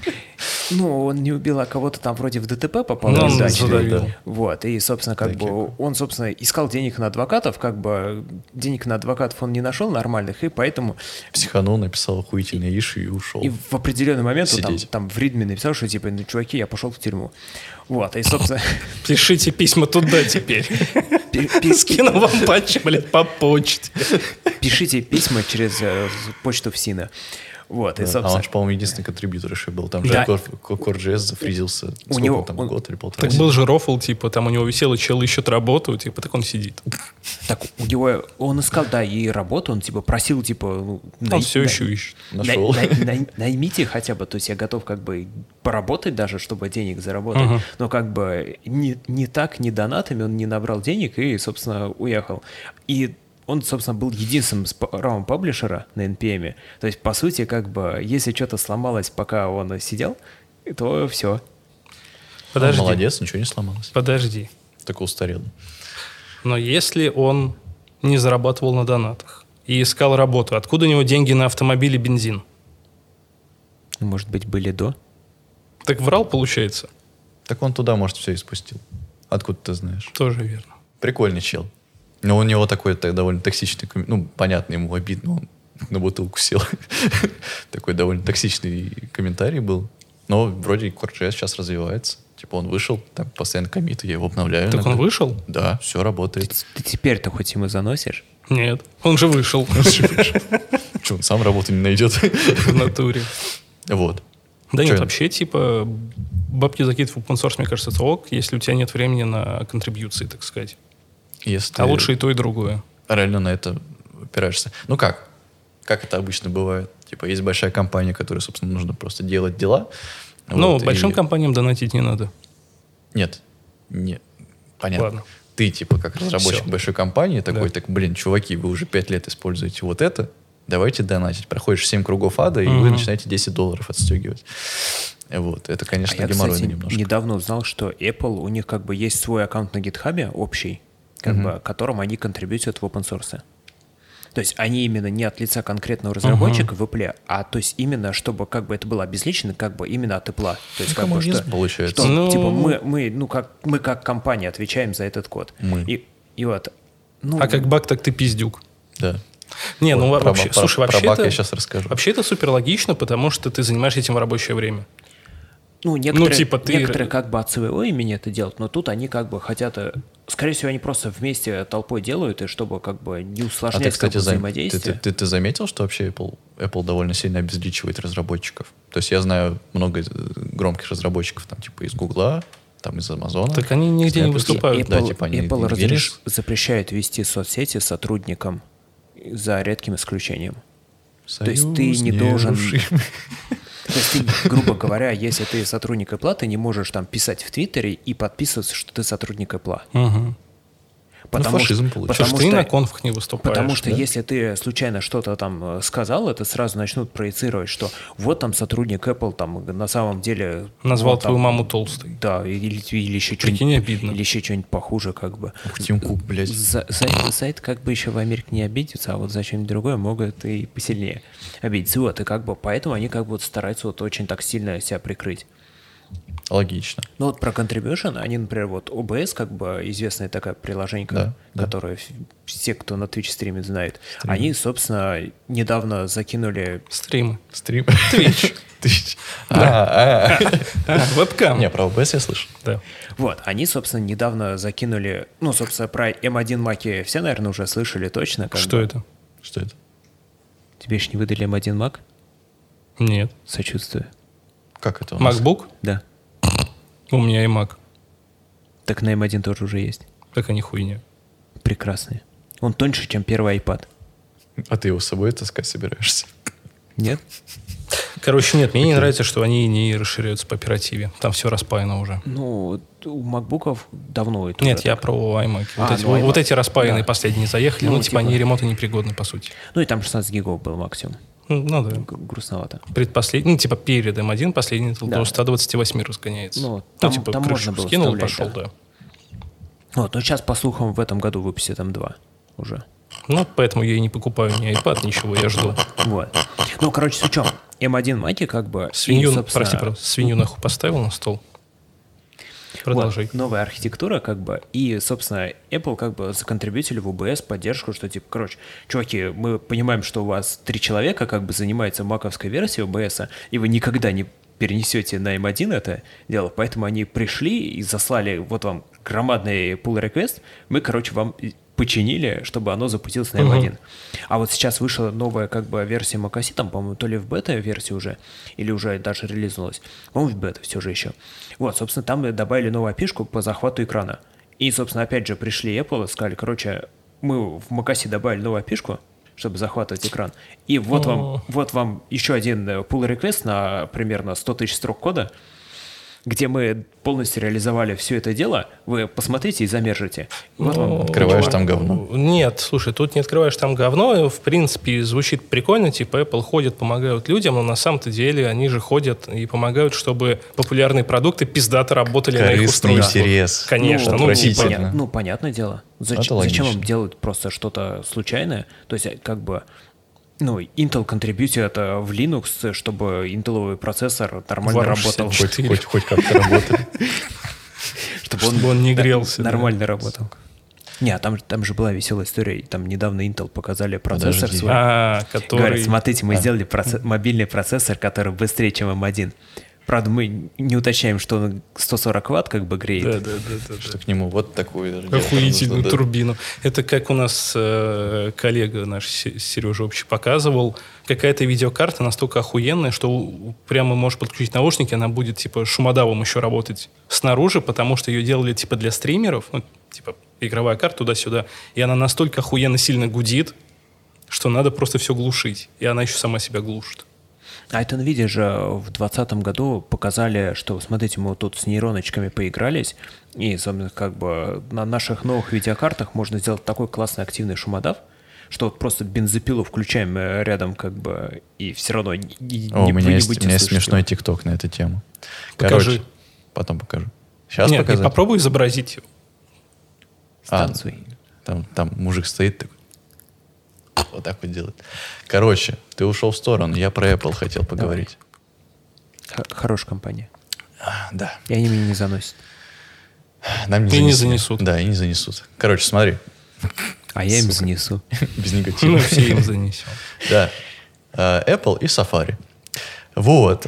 [SPEAKER 4] Ну, он не убил, а кого-то там вроде в ДТП попал.
[SPEAKER 3] Ну, он
[SPEAKER 4] неудачно.
[SPEAKER 3] задавил.
[SPEAKER 4] Вот, и, собственно, как
[SPEAKER 2] Таких.
[SPEAKER 4] бы он, собственно, искал денег на адвокатов, как бы денег на адвокатов он не нашел нормальных, и поэтому
[SPEAKER 2] Психанул, написал охуительный иш и ушел.
[SPEAKER 4] и в определенный момент он там,
[SPEAKER 2] Сидеть.
[SPEAKER 4] там в Ридме написал, что типа, ну, чуваки, я пошел в тюрьму. Вот, и, собственно,
[SPEAKER 3] Пишите письма туда теперь.
[SPEAKER 4] пи- пи-
[SPEAKER 3] Скину вам патчи, блядь, по почте.
[SPEAKER 4] пишите письма через э, почту в Сина. Вот, и,
[SPEAKER 2] А он
[SPEAKER 4] собственно,
[SPEAKER 2] же, по-моему, единственный контрибьютор еще был. Там
[SPEAKER 4] Да.
[SPEAKER 2] же Core.js зафризился. Сколько
[SPEAKER 4] него-
[SPEAKER 2] он там,
[SPEAKER 4] он-
[SPEAKER 2] год или полтора?
[SPEAKER 3] Так был же рофл, типа, там у него висело, чел ищет работу, типа, так он сидит.
[SPEAKER 4] так у него, он искал, да, и работу, он типа просил, типа... ну, най-
[SPEAKER 3] Он все
[SPEAKER 4] най-
[SPEAKER 3] еще ищет.
[SPEAKER 2] Нашел.
[SPEAKER 4] Най- най- най- наймите хотя бы, то есть я готов как бы поработать даже, чтобы денег заработать,
[SPEAKER 3] Мгм.
[SPEAKER 4] но как бы не, не так, не донатами он не набрал денег и, собственно, уехал. И он, собственно, был единственным с п- правом паблишера на NPM. То есть, по сути, как бы, если что-то сломалось, пока он сидел, то все.
[SPEAKER 3] Подожди.
[SPEAKER 2] Молодец, ничего не сломалось.
[SPEAKER 3] Подожди.
[SPEAKER 2] Только устарел.
[SPEAKER 3] Но если он не зарабатывал на донатах и искал работу, откуда у него деньги на автомобиль и бензин?
[SPEAKER 4] Может быть, были до?
[SPEAKER 3] Так врал, получается.
[SPEAKER 2] Так он туда, может, все и спустил. Откуда ты знаешь?
[SPEAKER 3] Тоже верно.
[SPEAKER 2] Прикольный чел. Но у него такой так, довольно токсичный... коммен- Ну, понятно, ему обидно, он на бутылку сел. такой довольно токсичный комментарий был. Но вроде Core.js сейчас развивается. Типа он вышел, там постоянно комиты, я его обновляю.
[SPEAKER 3] Так он
[SPEAKER 2] иногда.
[SPEAKER 3] вышел?
[SPEAKER 2] Да, все работает.
[SPEAKER 4] Ты теперь-то хоть ему заносишь?
[SPEAKER 3] Нет. Он же вышел в
[SPEAKER 2] Че, он сам работу не найдет?
[SPEAKER 3] натуре.
[SPEAKER 2] вот.
[SPEAKER 3] Да
[SPEAKER 2] Чё?
[SPEAKER 3] нет, вообще, типа, бабки закидывать в open source, мне кажется, это ок, если у тебя нет времени на контрибьюции, так сказать.
[SPEAKER 2] Если
[SPEAKER 3] А лучше и то, и другое.
[SPEAKER 2] реально на это опираешься. Ну как? Как это обычно бывает? Типа есть большая компания, которой, собственно, нужно просто делать дела.
[SPEAKER 3] Ну,
[SPEAKER 2] Вот, и-
[SPEAKER 3] большим компаниям донатить не надо.
[SPEAKER 2] Нет. Не. Понятно.
[SPEAKER 3] Ладно.
[SPEAKER 2] Ты, типа,
[SPEAKER 4] Ну,
[SPEAKER 2] как разработчик
[SPEAKER 3] Всё.
[SPEAKER 2] большой компании, такой,
[SPEAKER 3] Да.
[SPEAKER 2] так, блин, чуваки, вы уже пять лет используете вот это, давайте донатить. Проходишь 7 кругов ада, и вы
[SPEAKER 3] Мгм.
[SPEAKER 2] начинаете 10 долларов отстегивать. Вот. Это,
[SPEAKER 4] А
[SPEAKER 2] конечно,
[SPEAKER 4] я,
[SPEAKER 2] геморройно
[SPEAKER 4] кстати,
[SPEAKER 2] немножко.
[SPEAKER 4] недавно узнал, что Apple, у них как бы есть свой аккаунт на GitHub общий, как бы, которым они контрибьютят в open source. То есть они именно не от лица конкретного разработчика в Apple, а то есть именно, чтобы как бы это было обезличено, как бы именно от Apple. То есть как бы
[SPEAKER 2] Ну, Коммунизм
[SPEAKER 4] что,
[SPEAKER 2] получается.
[SPEAKER 4] что,
[SPEAKER 3] Ну-
[SPEAKER 4] типа мы, мы, ну, как, мы как компания отвечаем за этот код.
[SPEAKER 2] Мы.
[SPEAKER 4] И, и вот, ну,
[SPEAKER 3] А как баг, так ты пиздюк.
[SPEAKER 2] Да.
[SPEAKER 3] Не,
[SPEAKER 2] Вот
[SPEAKER 3] ну во-
[SPEAKER 2] про-
[SPEAKER 3] вообще,
[SPEAKER 2] про-
[SPEAKER 3] слушай,
[SPEAKER 2] про
[SPEAKER 3] вообще
[SPEAKER 2] баг
[SPEAKER 3] это,
[SPEAKER 2] я щас расскажу.
[SPEAKER 3] Вообще это супер логично, потому что ты занимаешься этим в рабочее время.
[SPEAKER 4] Ну, некоторые,
[SPEAKER 3] типа, ты-
[SPEAKER 4] некоторые как бы от своего имени это делают, но тут они как бы хотят... э, Скорее всего, они просто вместе толпой делают, и чтобы как бы не
[SPEAKER 2] А
[SPEAKER 4] усложнять
[SPEAKER 2] ты, кстати,
[SPEAKER 4] как бы,
[SPEAKER 2] зам- ты,
[SPEAKER 4] взаимодействие.
[SPEAKER 2] ты- ты- ты заметил, что вообще Apple, Apple довольно сильно обезличивает разработчиков? То есть я знаю много э, громких разработчиков, там, типа из Гугла, там из Амазона.
[SPEAKER 3] Так они нигде не
[SPEAKER 2] Apple.
[SPEAKER 3] выступают.
[SPEAKER 2] да, типа, они
[SPEAKER 4] Apple
[SPEAKER 2] не
[SPEAKER 4] разреш-
[SPEAKER 2] веришь?
[SPEAKER 4] запрещает вести соцсети сотрудникам за редким исключением.
[SPEAKER 2] Союз
[SPEAKER 4] есть ты не должен-
[SPEAKER 2] нерушим.
[SPEAKER 4] То есть ты, грубо говоря, если ты сотрудник Apple, ты не можешь там писать в Твиттере и подписываться, что ты сотрудник Apple.
[SPEAKER 3] Мгм.
[SPEAKER 4] Потому
[SPEAKER 2] Ну, фашизм
[SPEAKER 4] что-
[SPEAKER 2] получается.
[SPEAKER 3] Чё ж
[SPEAKER 4] потому
[SPEAKER 3] ты
[SPEAKER 4] что-
[SPEAKER 3] на конфах не выступаешь?
[SPEAKER 4] Потому что если ты случайно что-то там э, сказал, это сразу начнут проецировать, что вот там сотрудник Apple там на самом деле...
[SPEAKER 3] Назвал
[SPEAKER 4] вот там-
[SPEAKER 3] твою маму толстой.
[SPEAKER 4] Да, или, или еще
[SPEAKER 3] Прикинь,
[SPEAKER 4] что-нибудь...
[SPEAKER 3] обидно.
[SPEAKER 4] Или еще что-нибудь похуже как бы.
[SPEAKER 2] Ух, Тим Кук, блядь.
[SPEAKER 4] За, за- за это как бы еще в Америке не обидятся, а вот за что-нибудь другое могут и посильнее обидеться. Вот, и как бы поэтому они как бы вот стараются вот очень так сильно себя прикрыть.
[SPEAKER 2] Логично.
[SPEAKER 4] Ну вот про contribution, они, например, вот OBS, как бы известное такое приложение,
[SPEAKER 2] Да, да.
[SPEAKER 4] которое ф- все, кто на Twitch стримит, знают, они, собственно, недавно закинули...
[SPEAKER 3] Стримы.
[SPEAKER 2] Стрим. Твич. А, а.
[SPEAKER 3] А, вебкам.
[SPEAKER 2] Не, про OBS я слышал.
[SPEAKER 3] Да.
[SPEAKER 4] Вот, они, собственно, недавно закинули... Ну, собственно, про M1 Mac все, наверное, уже слышали точно. как
[SPEAKER 3] Что
[SPEAKER 4] бы.
[SPEAKER 3] это?
[SPEAKER 2] Что это?
[SPEAKER 4] Тебе еще не выдали M1 Mac?
[SPEAKER 3] Нет.
[SPEAKER 4] Сочувствую.
[SPEAKER 2] Как это у нас?
[SPEAKER 3] MacBook?
[SPEAKER 4] Да.
[SPEAKER 3] У меня и Mac.
[SPEAKER 4] Так на M1 тоже уже есть.
[SPEAKER 3] Как они хуйня.
[SPEAKER 4] Прекрасный. Он тоньше, чем первый iPad.
[SPEAKER 2] А ты его с собой таскать собираешься?
[SPEAKER 4] Нет?
[SPEAKER 3] Короче, нет, мне не нравится, что они не расширяются по оперативе. Там все распаяно уже.
[SPEAKER 4] Ну, у макбуков давно это
[SPEAKER 3] Нет,
[SPEAKER 4] уже
[SPEAKER 3] я про iMac. Вот,
[SPEAKER 4] А,
[SPEAKER 3] эти,
[SPEAKER 4] ну, iMac.
[SPEAKER 3] вот эти распаянные
[SPEAKER 4] Да.
[SPEAKER 3] последние заехали. Ну,
[SPEAKER 4] Ну,
[SPEAKER 3] типа,
[SPEAKER 4] типа.
[SPEAKER 3] они ремонта непригодны, по сути.
[SPEAKER 4] Ну и там 16 гигов был максимум.
[SPEAKER 3] Ну, Ну, да.
[SPEAKER 4] Гру- Грустновато.
[SPEAKER 3] Предпоследний, ну, типа, перед М1 последний это
[SPEAKER 4] Да.
[SPEAKER 3] до 128 разгоняется. типа,
[SPEAKER 4] Ну, там- там
[SPEAKER 3] крышу
[SPEAKER 4] можно было
[SPEAKER 3] скинул,
[SPEAKER 4] вставлять,
[SPEAKER 3] пошел, да.
[SPEAKER 4] Вот, но сейчас, по слухам, в этом году выпустят М2 уже.
[SPEAKER 3] Ну, поэтому я и не покупаю ни iPad, ничего, я жду.
[SPEAKER 4] Вот. Ну, короче, с учем. М1 маки как бы... и,
[SPEAKER 3] Свинью,
[SPEAKER 4] собственно,
[SPEAKER 3] прости, пожалуйста, свинью нахуй поставил на стол. Продолжай.
[SPEAKER 4] Вот, новая архитектура, как бы, и, собственно, Apple как бы законтрибьютили в OBS поддержку, что типа, короче, чуваки, мы понимаем, что у вас три человека как бы занимаются маковской версией OBS, и вы никогда не перенесете на M1 это дело, поэтому они пришли и заслали вот вам громадный pull request, мы, короче, вам и починили, чтобы оно запустилось на M1. А вот сейчас вышла новая как бы версия macOS, там, по-моему, то ли в бета-версии уже, или уже даже релизнулась. По-моему, в бета все же еще. Вот, собственно, там добавили новую опишку по захвату экрана. И, собственно, опять же пришли Apple и сказали, короче, мы в macOS добавили новую опишку, чтобы захватывать экран. И вот вам,
[SPEAKER 3] О.
[SPEAKER 4] вот вам еще один э, pull request на примерно 100 тысяч строк кода, где мы полностью реализовали все это дело. Вы посмотрите и замержите. Вот вам
[SPEAKER 2] Открываешь
[SPEAKER 3] Ну,
[SPEAKER 2] там говно.
[SPEAKER 3] Нет, слушай, тут не открываешь там говно. В принципе, звучит прикольно, типа Apple ходит, помогают людям, но на самом-то деле они же ходят и помогают, чтобы популярные продукты пиздато работали на их
[SPEAKER 2] Корыстный
[SPEAKER 3] устройствах.
[SPEAKER 2] интерес.
[SPEAKER 3] Конечно,
[SPEAKER 2] Ну,
[SPEAKER 3] ну,
[SPEAKER 2] отвратительно.
[SPEAKER 3] типа,
[SPEAKER 4] поня- ну, понятное дело. Зач-
[SPEAKER 2] Это логично.
[SPEAKER 4] зачем им делать просто что-то случайное? То есть, э, как бы, ну, Intel Contributed это в Linux, чтобы интеловый процессор нормально
[SPEAKER 3] Варм
[SPEAKER 4] работал.
[SPEAKER 3] 64.
[SPEAKER 2] Хоть, хоть, хоть как-то работает.
[SPEAKER 4] Чтобы он
[SPEAKER 3] чтобы он не грелся. да.
[SPEAKER 4] нормально работал. Не, а там, же- там же была веселая история. и Там недавно Intel показали процессор
[SPEAKER 2] Подожди.
[SPEAKER 4] свой.
[SPEAKER 3] А, который... а.
[SPEAKER 4] Говорят, смотрите, мы сделали проце- мобильный процессор, который быстрее, чем M1. Правда, мы не уточняем, что он 140 ватт как бы греет.
[SPEAKER 3] Да, да, да, да, да.
[SPEAKER 2] Что к нему вот такую... же
[SPEAKER 3] Охуительную
[SPEAKER 2] дело нужно, да.
[SPEAKER 3] турбину. Это как у нас э, коллега наш Се- Сережа общий показывал. Какая-то видеокарта настолько охуенная, что у- прямо можешь подключить наушники, она будет типа шумодавом еще работать снаружи, потому что ее делали типа для стримеров, ну, типа игровая карта туда-сюда, и она настолько охуенно сильно гудит, что надо просто все глушить. И она еще сама себя глушит.
[SPEAKER 4] А это Nvidia же в 2020 году показали, что, смотрите, мы вот тут с нейроночками поигрались, и, собственно, как бы на наших новых видеокартах можно сделать такой классный активный шумодав, что вот просто бензопилу включаем э, рядом, как бы, и все равно не, не-
[SPEAKER 2] О, у
[SPEAKER 4] не-
[SPEAKER 2] меня
[SPEAKER 4] не
[SPEAKER 2] есть,
[SPEAKER 4] будете
[SPEAKER 2] у меня есть
[SPEAKER 4] слышать
[SPEAKER 2] смешной
[SPEAKER 4] его.
[SPEAKER 2] тикток на эту тему.
[SPEAKER 3] Покажи.
[SPEAKER 2] Короче, потом покажу. Сейчас
[SPEAKER 3] Нет,
[SPEAKER 2] покажу.
[SPEAKER 3] не, попробуй изобразить его.
[SPEAKER 2] А,
[SPEAKER 4] Станцуй.
[SPEAKER 2] Там, там мужик стоит такой. Вот так вот делает. Короче, ты ушел в сторону. Я про Apple хотел поговорить.
[SPEAKER 4] Х- Хорошая компания.
[SPEAKER 2] А, да.
[SPEAKER 4] И они меня не заносят.
[SPEAKER 2] Нам не
[SPEAKER 3] И не
[SPEAKER 2] занесли.
[SPEAKER 3] занесут.
[SPEAKER 2] Да, и не занесут. Короче, смотри.
[SPEAKER 4] А я им занесу.
[SPEAKER 2] Без негатива.
[SPEAKER 3] Мы Ну, все им занесем.
[SPEAKER 2] Да. Э, Apple и Safari. Вот.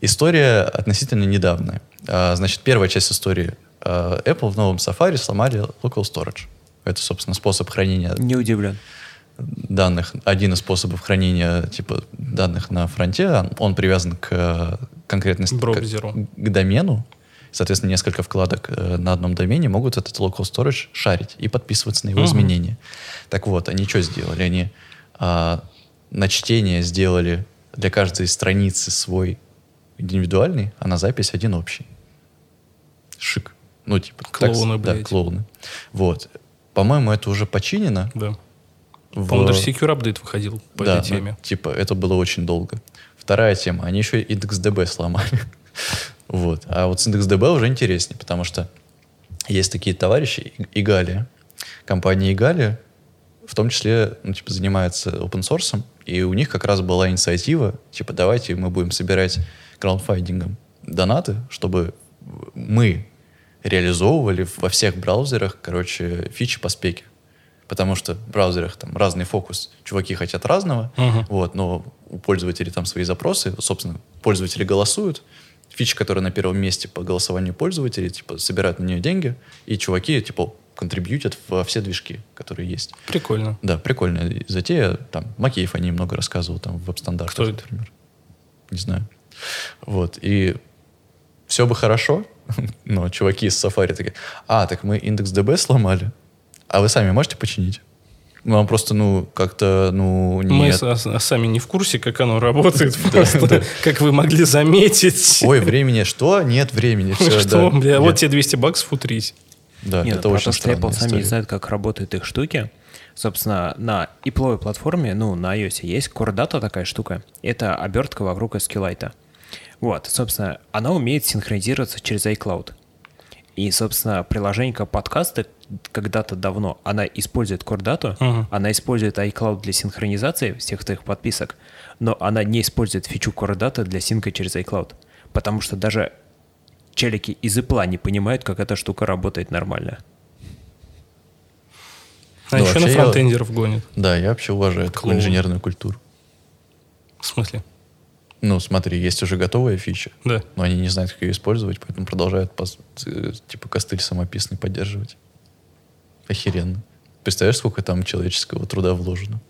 [SPEAKER 2] История относительно недавняя. А, Значит, первая часть истории. Э, Apple в новом Safari сломали local storage. Это, собственно, способ хранения
[SPEAKER 4] Не удивлен.
[SPEAKER 2] данных, один из способов хранения типа данных на фронте, он, он привязан к э, конкретной ст-
[SPEAKER 3] Браузеру.
[SPEAKER 2] к, к домену. Соответственно, несколько вкладок э, на одном домене могут этот local storage шарить и подписываться на его
[SPEAKER 3] Мгм.
[SPEAKER 2] изменения. Так вот, они что сделали? Они а, на чтение сделали для каждой страницы свой индивидуальный, а на запись один общий. Шик. Ну, типа, так с-
[SPEAKER 3] Клоуны,
[SPEAKER 2] да,
[SPEAKER 3] блядь.
[SPEAKER 2] клоуны. Вот. По-моему, это уже починено.
[SPEAKER 3] Да.
[SPEAKER 2] в-
[SPEAKER 3] По-моему, даже Secure Update выходил по
[SPEAKER 2] да,
[SPEAKER 3] этой
[SPEAKER 2] ну,
[SPEAKER 3] теме.
[SPEAKER 2] типа, это было очень долго. Вторая тема. Они еще и XDB сломали. вот. А вот с XDB уже интереснее, потому что есть такие товарищи, И- Игалия. Компания Игалия в том числе ну, типа, занимается open source, и у них как раз была инициатива, типа, давайте мы будем собирать краундфайдингом донаты, чтобы мы реализовывали во всех браузерах, короче, фичи по спеке. Потому что в браузерах там разный фокус, чуваки хотят разного,
[SPEAKER 3] Мгм.
[SPEAKER 2] вот, но у пользователей там свои запросы, собственно, пользователи голосуют, фича, которая на первом месте по голосованию пользователей, типа, собирают на нее деньги, и чуваки, типа, контрибьютят во все движки, которые есть.
[SPEAKER 3] Прикольно.
[SPEAKER 2] Да, прикольная затея. Там Макеев о ней много рассказывал там в веб-стандартах,
[SPEAKER 3] Кто это?
[SPEAKER 2] например. Не знаю. Вот, и все бы хорошо, но чуваки из Safari такие, а, так мы индекс DB сломали, а вы сами можете починить? Ну, Вам просто, ну, как-то, ну,
[SPEAKER 3] Мы
[SPEAKER 2] нет.
[SPEAKER 3] с- а- сами не в курсе, как оно работает просто. Как вы могли заметить.
[SPEAKER 2] Ой, времени, что? Нет времени. Все, да.
[SPEAKER 3] Что, бля,
[SPEAKER 2] Я-
[SPEAKER 3] вот тебе 200 баксов, утрись.
[SPEAKER 2] Да,
[SPEAKER 4] Нет,
[SPEAKER 2] это
[SPEAKER 4] про
[SPEAKER 2] очень
[SPEAKER 4] то, ну, что Apple
[SPEAKER 2] странная
[SPEAKER 4] сами не
[SPEAKER 2] история.
[SPEAKER 4] знают, как работают их штуки. Собственно, на Apple платформе, ну, на iOS есть Core Data такая штука. Это обертка вокруг SQLite. Вот, собственно, она умеет синхронизироваться через iCloud. И, собственно, приложение подкасты когда-то давно, она использует кордату,
[SPEAKER 3] Мгм.
[SPEAKER 4] она использует iCloud для синхронизации всех твоих подписок, но она не использует фичу кордата для синка через iCloud, потому что даже челики из Apple не понимают, как эта штука работает нормально.
[SPEAKER 3] А
[SPEAKER 2] Ну,
[SPEAKER 3] еще А на
[SPEAKER 2] вообще я-
[SPEAKER 3] фронтендеров гонит.
[SPEAKER 2] Да, я вообще уважаю такую
[SPEAKER 3] Клоун.
[SPEAKER 2] инженерную культуру.
[SPEAKER 3] В смысле?
[SPEAKER 2] Ну, смотри, есть уже готовая фича,
[SPEAKER 3] Да.
[SPEAKER 2] но они не знают, как ее использовать, поэтому продолжают пос- э, типа костыль самописный поддерживать. Охеренно. Представляешь, сколько там человеческого труда вложено?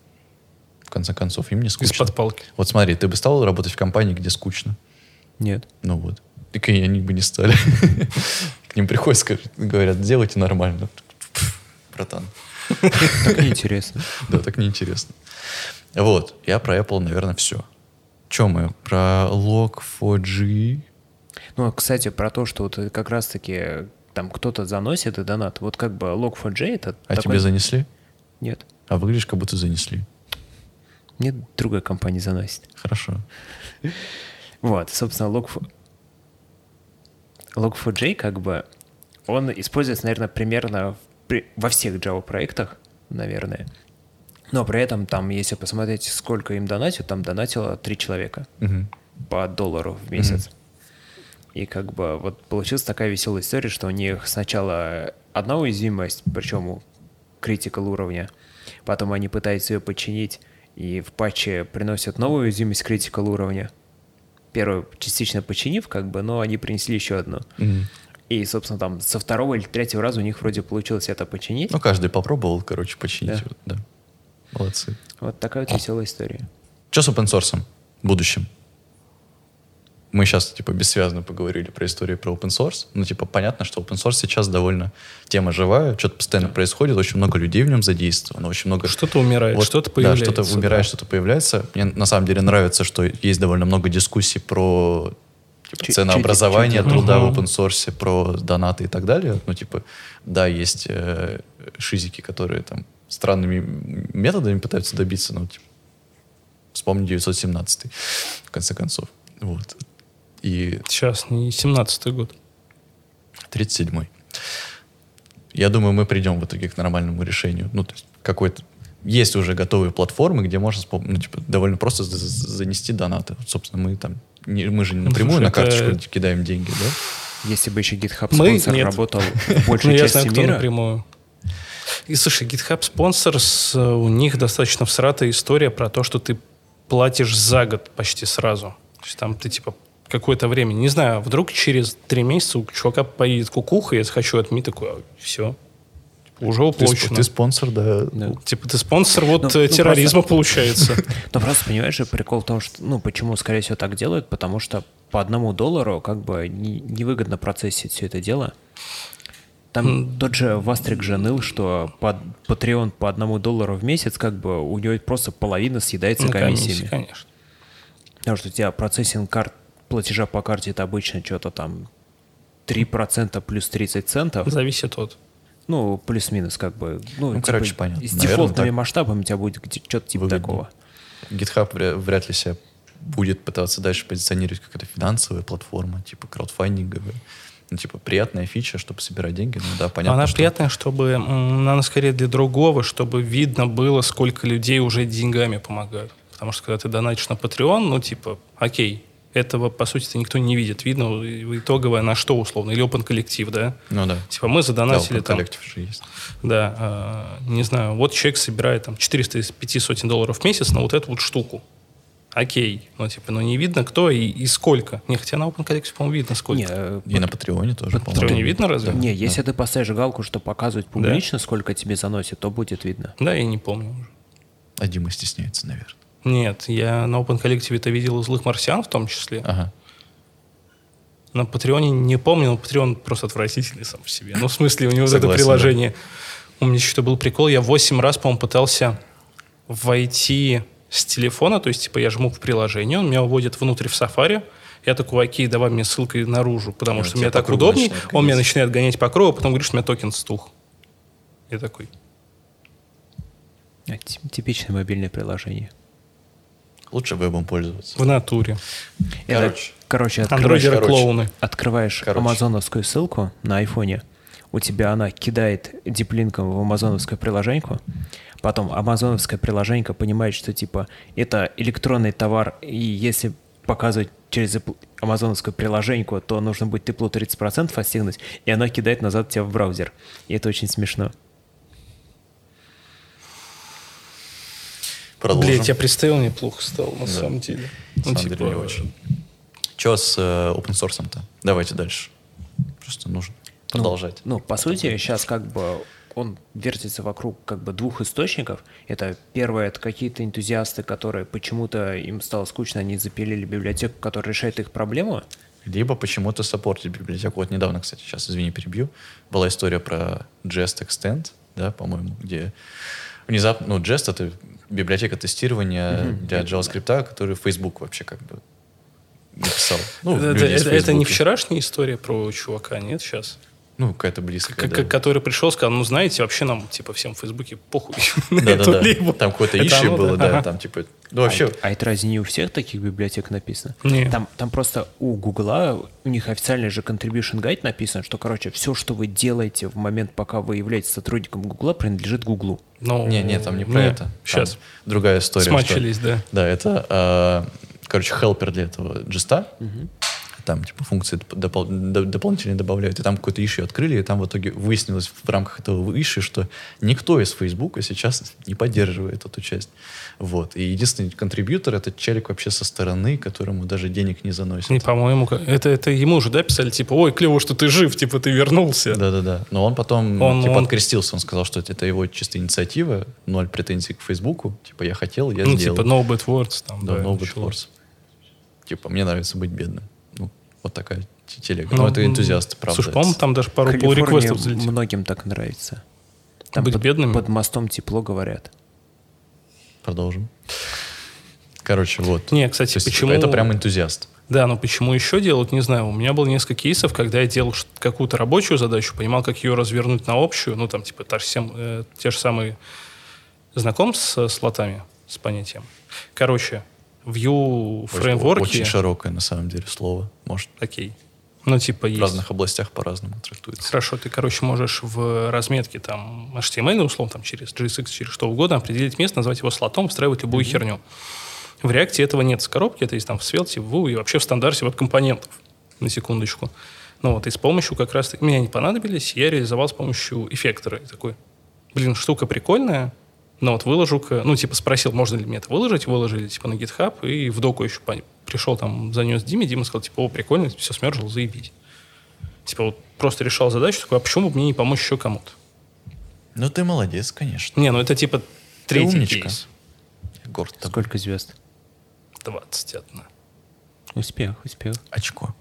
[SPEAKER 2] В конце концов, им не скучно.
[SPEAKER 3] Из-под палки.
[SPEAKER 2] Вот смотри, ты бы стал работать в компании, где скучно.
[SPEAKER 4] Нет.
[SPEAKER 2] Ну вот. Так и они бы не стали. К ним приходят, скажут, говорят, делайте нормально. Братан,
[SPEAKER 4] Так неинтересно.
[SPEAKER 2] да, так неинтересно. Вот, я про Apple, наверное, все. Че мы? Про Log4G?
[SPEAKER 4] Ну, а, кстати, про то, что вот э, как раз-таки там кто-то заносит и донат. Вот как бы Log4j это...
[SPEAKER 2] А
[SPEAKER 4] такой-
[SPEAKER 2] тебе занесли?
[SPEAKER 4] Нет.
[SPEAKER 2] А выглядишь, как будто занесли.
[SPEAKER 4] Мне другая компания заносит.
[SPEAKER 2] Хорошо.
[SPEAKER 4] Вот, собственно, Log4... Log4j как бы... Он используется, наверное, примерно в при- во всех Java-проектах, наверное. Но при этом там, если посмотреть, сколько им донатят, там донатило три человека
[SPEAKER 2] Мгм.
[SPEAKER 4] по доллару в месяц. И как бы вот получилась такая веселая история, что у них сначала одна уязвимость, причем у критикал уровня, потом они пытаются ее починить, и в патче приносят новую уязвимость критикал уровня. Первую частично починив, как бы, но они принесли еще одну.
[SPEAKER 2] Мгм.
[SPEAKER 4] И, собственно, там со второго или третьего раза у них вроде получилось это починить.
[SPEAKER 2] Ну, каждый попробовал, короче, починить.
[SPEAKER 4] Да.
[SPEAKER 2] Вот, Да. Молодцы.
[SPEAKER 4] Вот такая вот веселая история.
[SPEAKER 2] Че с open source будущем? Мы сейчас, типа, бессвязно поговорили про историю про open source. Ну, типа, понятно, что open source сейчас довольно тема живая, что-то постоянно происходит, очень много людей в нем задействовано, очень много...
[SPEAKER 3] Что-то умирает,
[SPEAKER 2] Вот,
[SPEAKER 3] что-то появляется.
[SPEAKER 2] Да, что-то умирает,
[SPEAKER 3] да.
[SPEAKER 2] что-то появляется. Мне на самом деле нравится, что есть довольно много дискуссий про типа,
[SPEAKER 4] Чё-
[SPEAKER 2] ценообразование
[SPEAKER 4] чё делать?
[SPEAKER 2] труда
[SPEAKER 3] Мгм.
[SPEAKER 2] в open source, про донаты и так далее. Ну, типа, да, есть э, шизики, которые там странными методами пытаются добиться, но типа, вспомни 917 в конце концов. Вот. И
[SPEAKER 3] Сейчас, не 17-й год.
[SPEAKER 2] 37-й. Я думаю, мы придем в итоге к нормальному решению. Ну, то есть какой-то... Есть уже готовые платформы, где можно спо- ну, типа, довольно просто за- за- занести донаты. Вот, собственно, мы там... не- мы же не
[SPEAKER 3] Ну,
[SPEAKER 2] напрямую
[SPEAKER 3] слушай,
[SPEAKER 2] на
[SPEAKER 3] это-
[SPEAKER 2] карточку кидаем деньги, да?
[SPEAKER 4] Если бы еще GitHub
[SPEAKER 3] Мы?
[SPEAKER 4] спонсор
[SPEAKER 3] Нет.
[SPEAKER 4] работал в
[SPEAKER 3] Ну,
[SPEAKER 4] большей
[SPEAKER 3] я
[SPEAKER 4] части
[SPEAKER 3] знаю, кто
[SPEAKER 4] мира...
[SPEAKER 3] напрямую. И слушай, GitHub спонсор, с- э, у них достаточно всратая история про то, что ты платишь за год почти сразу. То есть там ты типа какое-то время, не знаю, а вдруг через три месяца у чувака поедет кукуха, я захочу отми такой, все. Уже
[SPEAKER 2] Ты, сп-
[SPEAKER 3] уплочено.
[SPEAKER 2] ты спонсор, да.
[SPEAKER 4] Да.
[SPEAKER 3] Типа ты спонсор вот
[SPEAKER 4] Ну,
[SPEAKER 3] э,
[SPEAKER 4] ну,
[SPEAKER 3] терроризма получается.
[SPEAKER 4] Ну, просто понимаешь же, прикол в том, что, ну, почему, скорее всего, так делают, потому что по одному доллару как бы не- невыгодно процессить все это дело. Там тот же Вастрик же ныл, что под Patreon по одному доллару в месяц, как бы у него просто половина съедается
[SPEAKER 3] На комиссии,
[SPEAKER 4] комиссиями.
[SPEAKER 3] Ну, конечно.
[SPEAKER 4] Потому что у тебя процессинг карт, платежа по карте это обычно что-то там 3% плюс 30 центов.
[SPEAKER 3] Зависит от.
[SPEAKER 4] Ну, плюс-минус, как бы. Ну,
[SPEAKER 2] Ну,
[SPEAKER 4] типа,
[SPEAKER 2] короче, понятно.
[SPEAKER 4] С
[SPEAKER 2] Наверное,
[SPEAKER 4] дефолтными
[SPEAKER 2] так
[SPEAKER 4] масштабами у тебя будет где- что-то типа
[SPEAKER 2] выгодно.
[SPEAKER 4] такого.
[SPEAKER 2] GitHub вря- вряд ли себя будет пытаться дальше позиционировать как это финансовая платформа, типа краудфандинговая. Ну, типа, приятная фича, чтобы собирать деньги. Ну, да, понятно,
[SPEAKER 3] она
[SPEAKER 2] что-
[SPEAKER 3] приятная, чтобы, м, она скорее для другого, чтобы видно было, сколько людей уже деньгами помогают. Потому что когда ты донатишь на Patreon, ну типа, окей, этого, по сути-то, никто не видит. Видно и- и итоговое на что условно, или Open коллектив, да?
[SPEAKER 2] Ну, да.
[SPEAKER 3] Типа мы
[SPEAKER 2] Да,
[SPEAKER 3] задонатили
[SPEAKER 2] Open
[SPEAKER 3] там,
[SPEAKER 2] Collective же есть.
[SPEAKER 3] да, э, не знаю, вот человек собирает там 400 из 5 сотен долларов в месяц на вот эту вот штуку. Окей, ну типа, ну не видно кто и, и сколько. Не, хотя на Open Collective, по-моему, видно сколько.
[SPEAKER 4] Не, э,
[SPEAKER 2] И на Патреоне тоже,
[SPEAKER 3] Патреоне видно разве?
[SPEAKER 4] Не, если ты поставишь галку, что показывать публично, сколько тебе заносит, то будет видно.
[SPEAKER 3] Да, я не помню уже.
[SPEAKER 2] А Дима стесняется, наверное.
[SPEAKER 3] Нет, я на Open Collective это видел у злых марсиан в том числе.
[SPEAKER 2] Ага.
[SPEAKER 3] На Патреоне не помню, но Патреон просто отвратительный сам по себе. Ну, в смысле, у него вот это
[SPEAKER 2] Согласен,
[SPEAKER 3] приложение. У меня что-то был прикол. Я 8 раз, по-моему, пытался войти с телефона, то есть, типа, я жму в приложение, он меня уводит внутрь в сафари, я такой, окей, давай мне ссылкой наружу, потому
[SPEAKER 2] Он
[SPEAKER 3] что
[SPEAKER 2] тебя
[SPEAKER 3] мне
[SPEAKER 2] по
[SPEAKER 3] так
[SPEAKER 2] кругу
[SPEAKER 3] удобней.
[SPEAKER 2] начинает
[SPEAKER 3] Он меня
[SPEAKER 2] гонять.
[SPEAKER 3] начинает гонять по кругу, а потом говорит, что у меня токен стух. Я такой,
[SPEAKER 4] А, ти- Типичное мобильное приложение.
[SPEAKER 2] Лучше вебом пользоваться.
[SPEAKER 3] в натуре.
[SPEAKER 4] Это,
[SPEAKER 2] Короче.
[SPEAKER 4] короче, открываешь,
[SPEAKER 3] Андроидеры-клоуны.
[SPEAKER 4] открываешь
[SPEAKER 2] Короче.
[SPEAKER 4] амазоновскую ссылку на айфоне, у у тебя она кидает диплинком в амазоновскую приложеньку, потом амазоновская приложенька понимает, что типа это электронный товар, и если показывать через Apple- амазоновскую приложеньку, то нужно будет тепло 30% отстегнуть, и она кидает назад тебя в браузер. И это очень смешно.
[SPEAKER 2] Продолжим.
[SPEAKER 3] Блять, я Типа. представил неплохо стал, на самом деле.
[SPEAKER 2] На самом деле, не очень. Че с э, open source то Давайте дальше. Просто нужно продолжать.
[SPEAKER 4] Ну, по сути, сейчас как бы он вертится вокруг как бы двух источников. Это первое, это какие-то энтузиасты, которые почему-то им стало скучно, они запилили библиотеку, которая решает их проблему.
[SPEAKER 2] Либо почему-то саппортить библиотеку. Вот недавно, кстати, сейчас, извини, перебью, была история про Jest Extend, да, по-моему, где внезапно, ну, Jest — это библиотека тестирования для JavaScript, которую Facebook вообще как бы написал. Ну,
[SPEAKER 3] это,
[SPEAKER 2] люди из
[SPEAKER 3] это- это не
[SPEAKER 2] Facebook.
[SPEAKER 3] вчерашняя история про чувака, нет, сейчас?
[SPEAKER 2] Ну, какая-то близкая, да.
[SPEAKER 3] Который пришел, сказал, ну, знаете, вообще нам, типа, всем в Фейсбуке похуй на эту
[SPEAKER 2] Да-да-да.
[SPEAKER 3] либу».
[SPEAKER 2] Там какое-то
[SPEAKER 3] Это
[SPEAKER 2] ищи
[SPEAKER 3] оно,
[SPEAKER 2] было, да,
[SPEAKER 3] Ага.
[SPEAKER 2] там типа... Ну, вообще,
[SPEAKER 4] А, это- а это разве не у всех таких библиотек написано?
[SPEAKER 3] Не.
[SPEAKER 4] Там, там просто у Гугла, у них официальный же contribution guide написано, что, короче, все, что вы делаете в момент, пока вы являетесь сотрудником Гугла, принадлежит Гуглу.
[SPEAKER 3] Ну,
[SPEAKER 2] Не, не, там не про это. Там
[SPEAKER 3] Сейчас.
[SPEAKER 2] другая история. что-
[SPEAKER 3] Смачились, да.
[SPEAKER 2] Да, это, а, короче, хелпер для этого джеста. Там, типа, функции доп- допол- до- дополнительные добавляют. И там какой-то ищи открыли, и там в итоге выяснилось в рамках этого ищи, что никто из Фейсбука сейчас не поддерживает эту часть. Вот. И единственный контрибьютор — это челик вообще со стороны, которому даже денег не заносит.
[SPEAKER 3] И, по-моему, как- это, это ему же, да, писали, типа, ой, клево, что ты жив, типа, ты вернулся.
[SPEAKER 2] Да-да-да. Но он потом
[SPEAKER 3] Он-
[SPEAKER 2] типа
[SPEAKER 3] он-
[SPEAKER 2] открестился, он сказал, что это, это его чисто инициатива, ноль претензий к Фейсбуку. Типа я хотел, я
[SPEAKER 3] ну,
[SPEAKER 2] сделал.
[SPEAKER 3] типа, no bad words, там,
[SPEAKER 2] Да,
[SPEAKER 3] да,
[SPEAKER 2] no bad
[SPEAKER 3] ничего.
[SPEAKER 2] words. Типа мне нравится быть бедным. Ну, вот такая те- телега.
[SPEAKER 3] Ну,
[SPEAKER 2] Но это энтузиаст,
[SPEAKER 3] м,
[SPEAKER 2] правда.
[SPEAKER 3] Слушай, по-моему, там даже пару pull
[SPEAKER 4] Калифорния
[SPEAKER 3] реквестов взлетело.
[SPEAKER 4] многим так нравится.
[SPEAKER 3] Быть
[SPEAKER 4] под,
[SPEAKER 3] бедными?
[SPEAKER 4] под мостом тепло говорят.
[SPEAKER 2] Продолжим. Короче, вот.
[SPEAKER 3] Не, кстати,
[SPEAKER 2] То есть,
[SPEAKER 3] почему-
[SPEAKER 2] типа, это прям энтузиаст.
[SPEAKER 3] Да, но почему еще делать, не знаю. У меня было несколько кейсов, когда я делал ш- какую-то рабочую задачу, понимал, как ее развернуть на общую, ну, там, типа, та же сем- э, те же самые знаком с, с лотами, с понятием. Короче, view
[SPEAKER 2] Очень-
[SPEAKER 3] фреймворки...
[SPEAKER 2] Очень широкое, на самом деле, слово. Может,
[SPEAKER 3] Окей. Ну, типа,
[SPEAKER 2] в
[SPEAKER 3] есть.
[SPEAKER 2] разных областях по-разному трактуется.
[SPEAKER 3] Хорошо, ты, короче, можешь в разметке там HTML, условно, там через JSX, через что угодно, определить место, назвать его слотом, встраивать любую херню. В реакте этого нет с коробки, это есть там в Svelte, в Vue и вообще в стандарте веб-компонентов. На секундочку. Ну вот, и с помощью как раз... Меня не понадобились, я реализовал с помощью эффектора. И такой, блин, штука прикольная, но вот выложу-ка... Ну, типа спросил, можно ли мне это выложить, выложили типа на GitHub, и в доку еще пон- пришел там, занес Диме, Дима сказал, типа, о, прикольно, все смержил, заебись. Типа вот просто решал задачу, такой, а почему бы мне не помочь еще кому-то?
[SPEAKER 2] Ну, ты молодец, конечно.
[SPEAKER 3] Не, ну это типа третий
[SPEAKER 2] умничка.
[SPEAKER 3] кейс.
[SPEAKER 2] Я Горд тобой.
[SPEAKER 4] Сколько звезд?
[SPEAKER 3] 21.
[SPEAKER 4] Успех, успех.
[SPEAKER 2] Очко.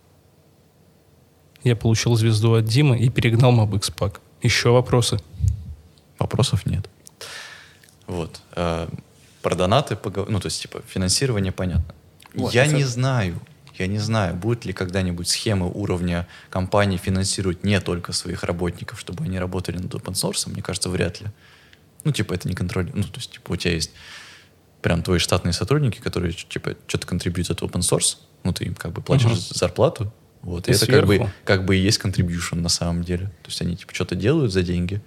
[SPEAKER 3] Я получил звезду от Димы и перегнал Мабыкс Пак. Еще вопросы?
[SPEAKER 2] Вопросов нет. Вот. Э, Про донаты, погов- ну, то есть, типа, финансирование понятно.
[SPEAKER 4] Вот,
[SPEAKER 2] я
[SPEAKER 4] это-
[SPEAKER 2] не знаю, я не знаю, будет ли когда-нибудь схемы уровня компании финансировать не только своих работников, чтобы они работали над open source, мне кажется, вряд ли. Ну, типа, это не контроль. Ну, то есть, типа, у тебя есть прям твои штатные сотрудники, которые, ч- типа, что-то контрибьютят в open source, ну, ты им как бы платишь
[SPEAKER 3] Мгм.
[SPEAKER 2] зарплату, вот, и,
[SPEAKER 3] И
[SPEAKER 2] это как бы,
[SPEAKER 3] сверху.
[SPEAKER 2] как бы и есть contribution на самом деле. То есть они, типа, что-то делают за деньги.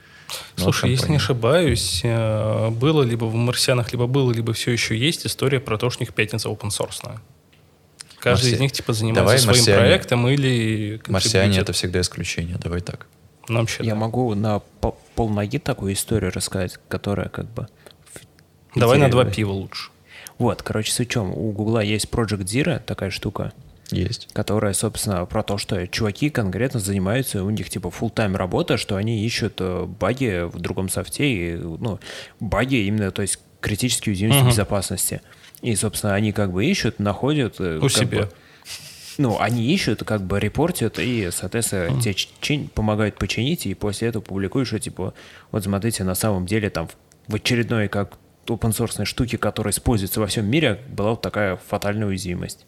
[SPEAKER 2] но
[SPEAKER 3] Слушай, если не
[SPEAKER 2] компания-
[SPEAKER 3] ошибаюсь, э, было либо в «Марсианах», либо было, либо все еще есть история про то, что у них пятница open source. Каждый
[SPEAKER 2] Марси-
[SPEAKER 3] из них типа занимается
[SPEAKER 2] Давай
[SPEAKER 3] своим
[SPEAKER 2] «Марсиане».
[SPEAKER 3] проектом или...
[SPEAKER 2] Марсиане это
[SPEAKER 3] контрибьютит.
[SPEAKER 2] всегда исключение, давай так.
[SPEAKER 3] Ну, вообще,
[SPEAKER 4] Я
[SPEAKER 3] да.
[SPEAKER 4] могу на по- полноги такую историю рассказать, которая как бы... в
[SPEAKER 3] Давай на два
[SPEAKER 4] Питере-
[SPEAKER 3] пива лучше.
[SPEAKER 4] Вот, короче, с чем у Гугла есть Project Zero, такая штука,
[SPEAKER 2] Есть.
[SPEAKER 4] которая, собственно, про то, что чуваки конкретно занимаются, у них типа full тайм работа, что они ищут э, баги в другом софте, и, ну, баги именно, то есть критические уязвимости
[SPEAKER 3] Мгм.
[SPEAKER 4] безопасности. И, собственно, они как бы ищут, находят... э,
[SPEAKER 3] У
[SPEAKER 4] как бы-
[SPEAKER 3] себя.
[SPEAKER 4] ну, они ищут, как бы репортят, и, соответственно, тебе ч- чинь- помогают починить, и после этого публикуешь, и типа, вот смотрите, на самом деле там в- в очередной как open source штуке, которая используется во всем мире, была вот такая фатальная уязвимость.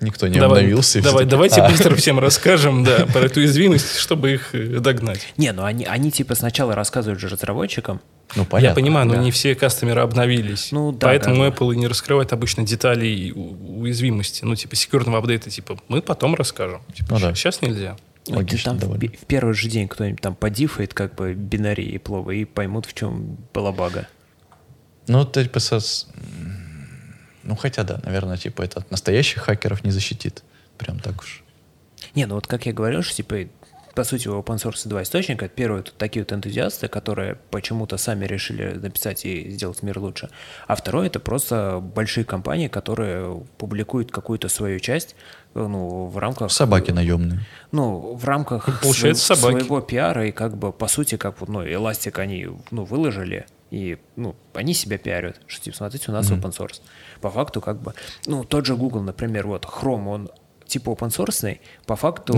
[SPEAKER 2] Никто не
[SPEAKER 3] давай,
[SPEAKER 2] обновился. и все
[SPEAKER 3] давай,
[SPEAKER 2] таки,
[SPEAKER 3] давайте
[SPEAKER 2] «А,
[SPEAKER 3] быстро всем расскажем, да, про эту уязвимость, чтобы их э, догнать.
[SPEAKER 4] Не, ну они, они типа сначала рассказывают же разработчикам,
[SPEAKER 2] Ну, понятно.
[SPEAKER 3] Я понимаю, но
[SPEAKER 4] да.
[SPEAKER 3] не все кастомеры обновились.
[SPEAKER 4] Ну, да,
[SPEAKER 3] Поэтому
[SPEAKER 4] да, да.
[SPEAKER 3] Apple и не раскрывает обычно детали и у- уязвимости. Ну, типа секьюрного апдейта, типа, мы потом расскажем. Типа,
[SPEAKER 2] Ну да.
[SPEAKER 3] сейчас нельзя.
[SPEAKER 4] Ну,
[SPEAKER 2] Логично
[SPEAKER 4] там в,
[SPEAKER 2] довольно.
[SPEAKER 4] пе- в первый же день кто-нибудь там подифает как бы бинари и плова и поймут, в чем была бага.
[SPEAKER 2] Ну, это, типа, со- с- м, ну, хотя да, наверное, типа, это от настоящих хакеров не защитит. Прям так уж.
[SPEAKER 4] Не, ну вот как я говорил, что типа по сути у open source два источника. Первый это такие вот энтузиасты, которые почему-то сами решили написать и сделать мир лучше. А второй это просто большие компании, которые публикуют какую-то свою часть э, ну, в рамках...
[SPEAKER 2] Собаки наемные.
[SPEAKER 4] Ну, в рамках
[SPEAKER 3] Ну, получается,
[SPEAKER 4] своего-
[SPEAKER 3] собаки.
[SPEAKER 4] своего пиара и как бы по сути, как вот, ну, эластик они, ну, выложили, и, ну, они себя пиарят, что, типа, смотрите, у нас open source. По факту, как бы, ну, тот же Google, например, вот, Chrome, он типа open source, по факту,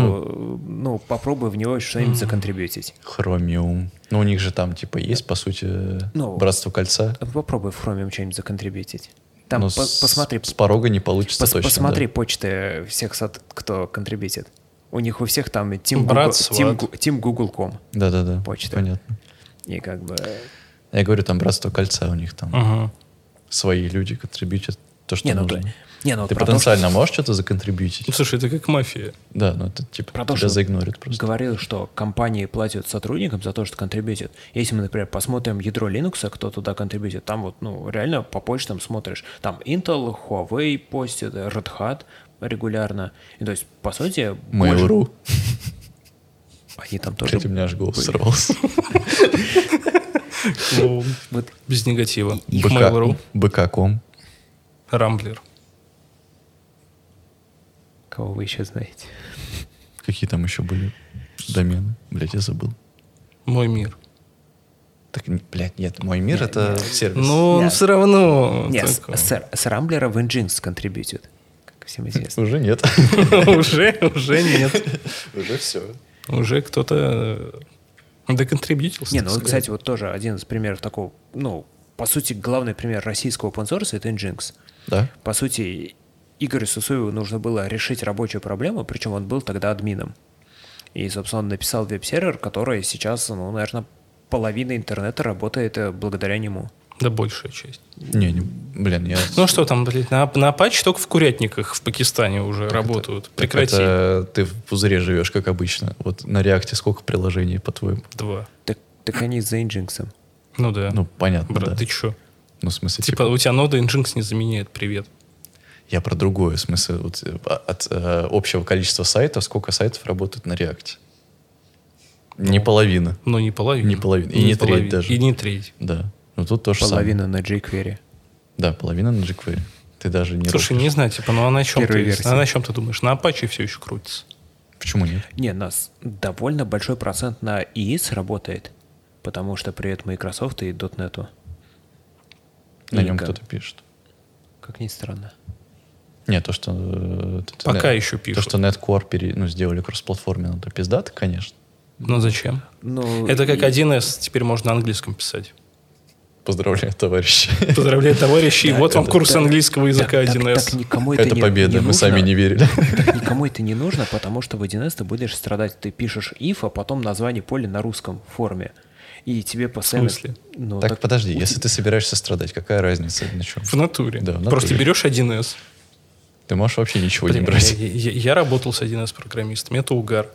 [SPEAKER 4] ну, попробуй в него что-нибудь законтрибьютить.
[SPEAKER 2] Хромиум. Ну, у них же там, типа, есть, по сути,
[SPEAKER 4] Ну,
[SPEAKER 2] Братство Кольца.
[SPEAKER 4] Попробуй в Chrome что-нибудь законтрибьютить. Там,
[SPEAKER 2] но
[SPEAKER 4] по-
[SPEAKER 2] Ну, с-
[SPEAKER 4] посмотри,
[SPEAKER 2] С порога не получится
[SPEAKER 4] Пос-
[SPEAKER 2] точно.
[SPEAKER 4] посмотри
[SPEAKER 2] да.
[SPEAKER 4] почты всех, сот- кто контрибьютит. У них у всех там Team
[SPEAKER 3] Брат,
[SPEAKER 4] Google, Team
[SPEAKER 3] сват.
[SPEAKER 4] Gu- Team Google.com.
[SPEAKER 2] Да-да-да.
[SPEAKER 4] почта.
[SPEAKER 2] Понятно.
[SPEAKER 4] И как бы...
[SPEAKER 2] Я говорю, там Братство Кольца у них там.
[SPEAKER 3] Мгм.
[SPEAKER 2] Свои люди контрибьютят то, что
[SPEAKER 4] Не, ну,
[SPEAKER 2] нужно.
[SPEAKER 4] то- не, ну,
[SPEAKER 2] Ты
[SPEAKER 4] про то,
[SPEAKER 2] потенциально можешь что-то законтрибьютить?
[SPEAKER 3] Ну, Слушай, это как мафия.
[SPEAKER 2] Да, ну это типа
[SPEAKER 4] Про то,
[SPEAKER 2] тебя
[SPEAKER 4] что-
[SPEAKER 2] заигнорят просто.
[SPEAKER 4] Говорил, что компании платят сотрудникам за то, что контрибьютят. Если мы, например, посмотрим ядро Linux, кто туда контрибьютит, там вот, ну, реально по почтам смотришь. Там Intel, Huawei постит, Red Hat регулярно. И то есть, по сути... больше-
[SPEAKER 2] Mail.ru.
[SPEAKER 4] Они там тоже...
[SPEAKER 2] Кстати, у меня аж голос сорвался.
[SPEAKER 3] Ну,
[SPEAKER 4] Вот
[SPEAKER 3] без негатива.
[SPEAKER 2] БК-
[SPEAKER 3] Mail.ru,
[SPEAKER 2] БК.ком.
[SPEAKER 3] Рамблер.
[SPEAKER 4] кого вы еще знаете.
[SPEAKER 2] Какие там еще были домены? Блять, я забыл.
[SPEAKER 3] Мой мир.
[SPEAKER 2] Так, н- блядь, нет, мой мир
[SPEAKER 4] Нет,
[SPEAKER 2] это сервис.
[SPEAKER 3] Ну,
[SPEAKER 4] Да.
[SPEAKER 3] все равно.
[SPEAKER 4] Нет, с,
[SPEAKER 3] такое.
[SPEAKER 4] с- с Рамблера в Nginx контрибьютит, как всем известно.
[SPEAKER 2] Уже нет.
[SPEAKER 3] Уже, уже нет.
[SPEAKER 2] Уже все.
[SPEAKER 3] Уже кто-то э, доконтрибьютился.
[SPEAKER 4] Не,
[SPEAKER 3] так
[SPEAKER 4] ну вот,
[SPEAKER 3] сказать.
[SPEAKER 4] кстати, вот тоже один из примеров такого, ну, по сути, главный пример российского open source это Nginx.
[SPEAKER 2] Да?
[SPEAKER 4] По сути, Игорю Сусуеву нужно было решить рабочую проблему, причем он был тогда админом. И, собственно, он написал веб-сервер, который сейчас, ну, наверное, половина интернета работает э, благодаря нему.
[SPEAKER 3] Да большая часть.
[SPEAKER 2] Не, не, блин, я...
[SPEAKER 3] Ну что там, блядь, на, на Apache только в курятниках в Пакистане уже работают.
[SPEAKER 2] Так
[SPEAKER 3] Прекрати.
[SPEAKER 2] это ты в пузыре живешь, как обычно. Вот на реакте сколько приложений, по-твоему?
[SPEAKER 3] Два.
[SPEAKER 4] Так, так они за Nginx.
[SPEAKER 3] Ну да.
[SPEAKER 2] Ну, понятно,
[SPEAKER 3] Брат,
[SPEAKER 2] да.
[SPEAKER 3] ты чё?
[SPEAKER 2] Ну, в смысле,
[SPEAKER 3] Типа,
[SPEAKER 2] типа,
[SPEAKER 3] у тебя нода Nginx не заменяет, привет.
[SPEAKER 2] я про другое. В смысле, вот, э, а- от э, общего количества сайтов, сколько сайтов работает на реакте? Не половина.
[SPEAKER 3] Но Ну, не половина.
[SPEAKER 2] Не половина. И не треть
[SPEAKER 3] половина.
[SPEAKER 2] даже.
[SPEAKER 3] И не треть.
[SPEAKER 2] Да. Ну, тут тоже
[SPEAKER 4] Половина на jQuery.
[SPEAKER 2] Да, половина на jQuery. Ты даже не...
[SPEAKER 3] Слушай,
[SPEAKER 2] рухнешь.
[SPEAKER 3] не знаю, типа, ну а на чем
[SPEAKER 4] Первая
[SPEAKER 3] ты,
[SPEAKER 4] версия.
[SPEAKER 3] а на чем ты думаешь? На Apache все еще крутится.
[SPEAKER 2] Почему нет?
[SPEAKER 4] Не, нас довольно большой процент на ИИС работает, потому что привет Microsoft и .NET.
[SPEAKER 2] На нем
[SPEAKER 4] Ника.
[SPEAKER 2] кто-то пишет.
[SPEAKER 4] Как ни странно.
[SPEAKER 2] Нет, то, что... э, т- т-
[SPEAKER 3] Пока
[SPEAKER 2] нет.
[SPEAKER 3] еще
[SPEAKER 2] То,
[SPEAKER 3] пишут.
[SPEAKER 2] что NetCore пере, ну, сделали кроссплатформенно, это пиздато, конечно.
[SPEAKER 3] Но зачем?
[SPEAKER 4] Ну,
[SPEAKER 3] Это как
[SPEAKER 4] и-
[SPEAKER 3] 1С, теперь можно на английском писать.
[SPEAKER 2] Поздравляю, товарищи.
[SPEAKER 3] Поздравляю, товарищи, и вот вам курс английского
[SPEAKER 4] Так,
[SPEAKER 3] языка
[SPEAKER 4] так- так
[SPEAKER 3] 1С.
[SPEAKER 4] никому это,
[SPEAKER 2] Это
[SPEAKER 4] не-
[SPEAKER 2] победа,
[SPEAKER 4] не
[SPEAKER 2] мы
[SPEAKER 4] нужно.
[SPEAKER 2] сами не верили.
[SPEAKER 4] Так никому это не нужно, потому что в 1С ты будешь страдать. Ты пишешь if, а потом название поля на русском форме. И тебе постоянно...
[SPEAKER 3] смысле?
[SPEAKER 4] Ну,
[SPEAKER 2] Так, подожди, если ты собираешься страдать, какая разница на чем?
[SPEAKER 3] В натуре.
[SPEAKER 2] Да, в натуре.
[SPEAKER 3] Просто берешь 1С.
[SPEAKER 2] Ты можешь вообще ничего не
[SPEAKER 3] Блин,
[SPEAKER 2] брать.
[SPEAKER 3] Я, я- я работал с 1С-программистом. Это угар.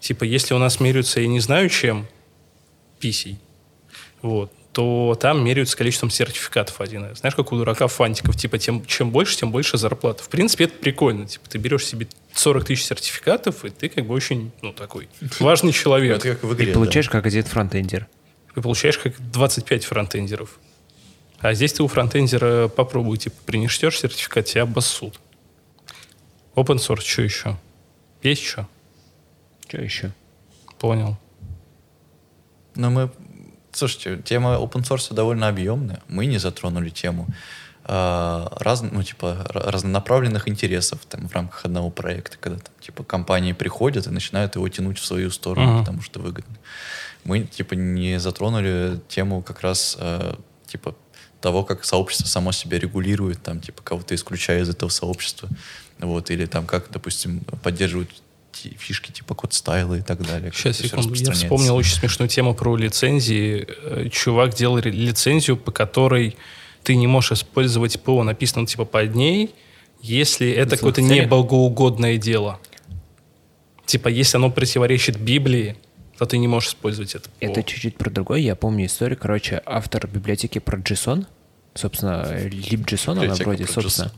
[SPEAKER 3] Типа, если у нас меряются, я не знаю чем, писей, вот, то там меряются количеством сертификатов 1С. Знаешь, как у дурака фантиков. Типа, тем, чем больше, тем больше зарплата. В принципе, это прикольно. Типа, ты берешь себе 40 тысяч сертификатов, и ты как бы очень, ну, такой важный человек.
[SPEAKER 2] как в
[SPEAKER 4] ты
[SPEAKER 2] игре.
[SPEAKER 4] получаешь как один фронтендер.
[SPEAKER 3] И получаешь как 25 фронтендеров. А здесь ты у фронтендера попробуй, типа, принесешь сертификат, тебя обоссут. Open source, что еще? Есть что?
[SPEAKER 4] Что еще?
[SPEAKER 3] Понял.
[SPEAKER 2] Но мы... Слушайте, тема open source довольно объемная. Мы не затронули тему а, раз, ну, типа, ра- разнонаправленных интересов там, в рамках одного проекта, когда там, типа, компании приходят и начинают его тянуть в свою сторону,
[SPEAKER 3] Мгм.
[SPEAKER 2] потому что выгодно. Мы типа, не затронули тему как раз э, типа, того, как сообщество само себя регулирует, там, типа, кого-то исключая из этого сообщества. Вот, или там, как, допустим, поддерживают ти- фишки типа код стайла и так далее. как
[SPEAKER 3] Сейчас,
[SPEAKER 2] это всё
[SPEAKER 3] секунду. Я
[SPEAKER 2] распространяется.
[SPEAKER 3] вспомнил очень смешную тему про лицензии. Э, Чувак делал ре- лицензию, по которой ты не можешь использовать ПО, написано типа под ней, если это какое-то не
[SPEAKER 4] Лицензия?
[SPEAKER 3] богоугодное дело. Типа, если оно противоречит Библии, то ты не можешь использовать это. по-
[SPEAKER 4] Это чуть-чуть про другое. Я помню историю. Короче, автор библиотеки про JSON, собственно, LibJSON, она
[SPEAKER 2] Библиотека
[SPEAKER 4] вроде,
[SPEAKER 2] про
[SPEAKER 4] собственно.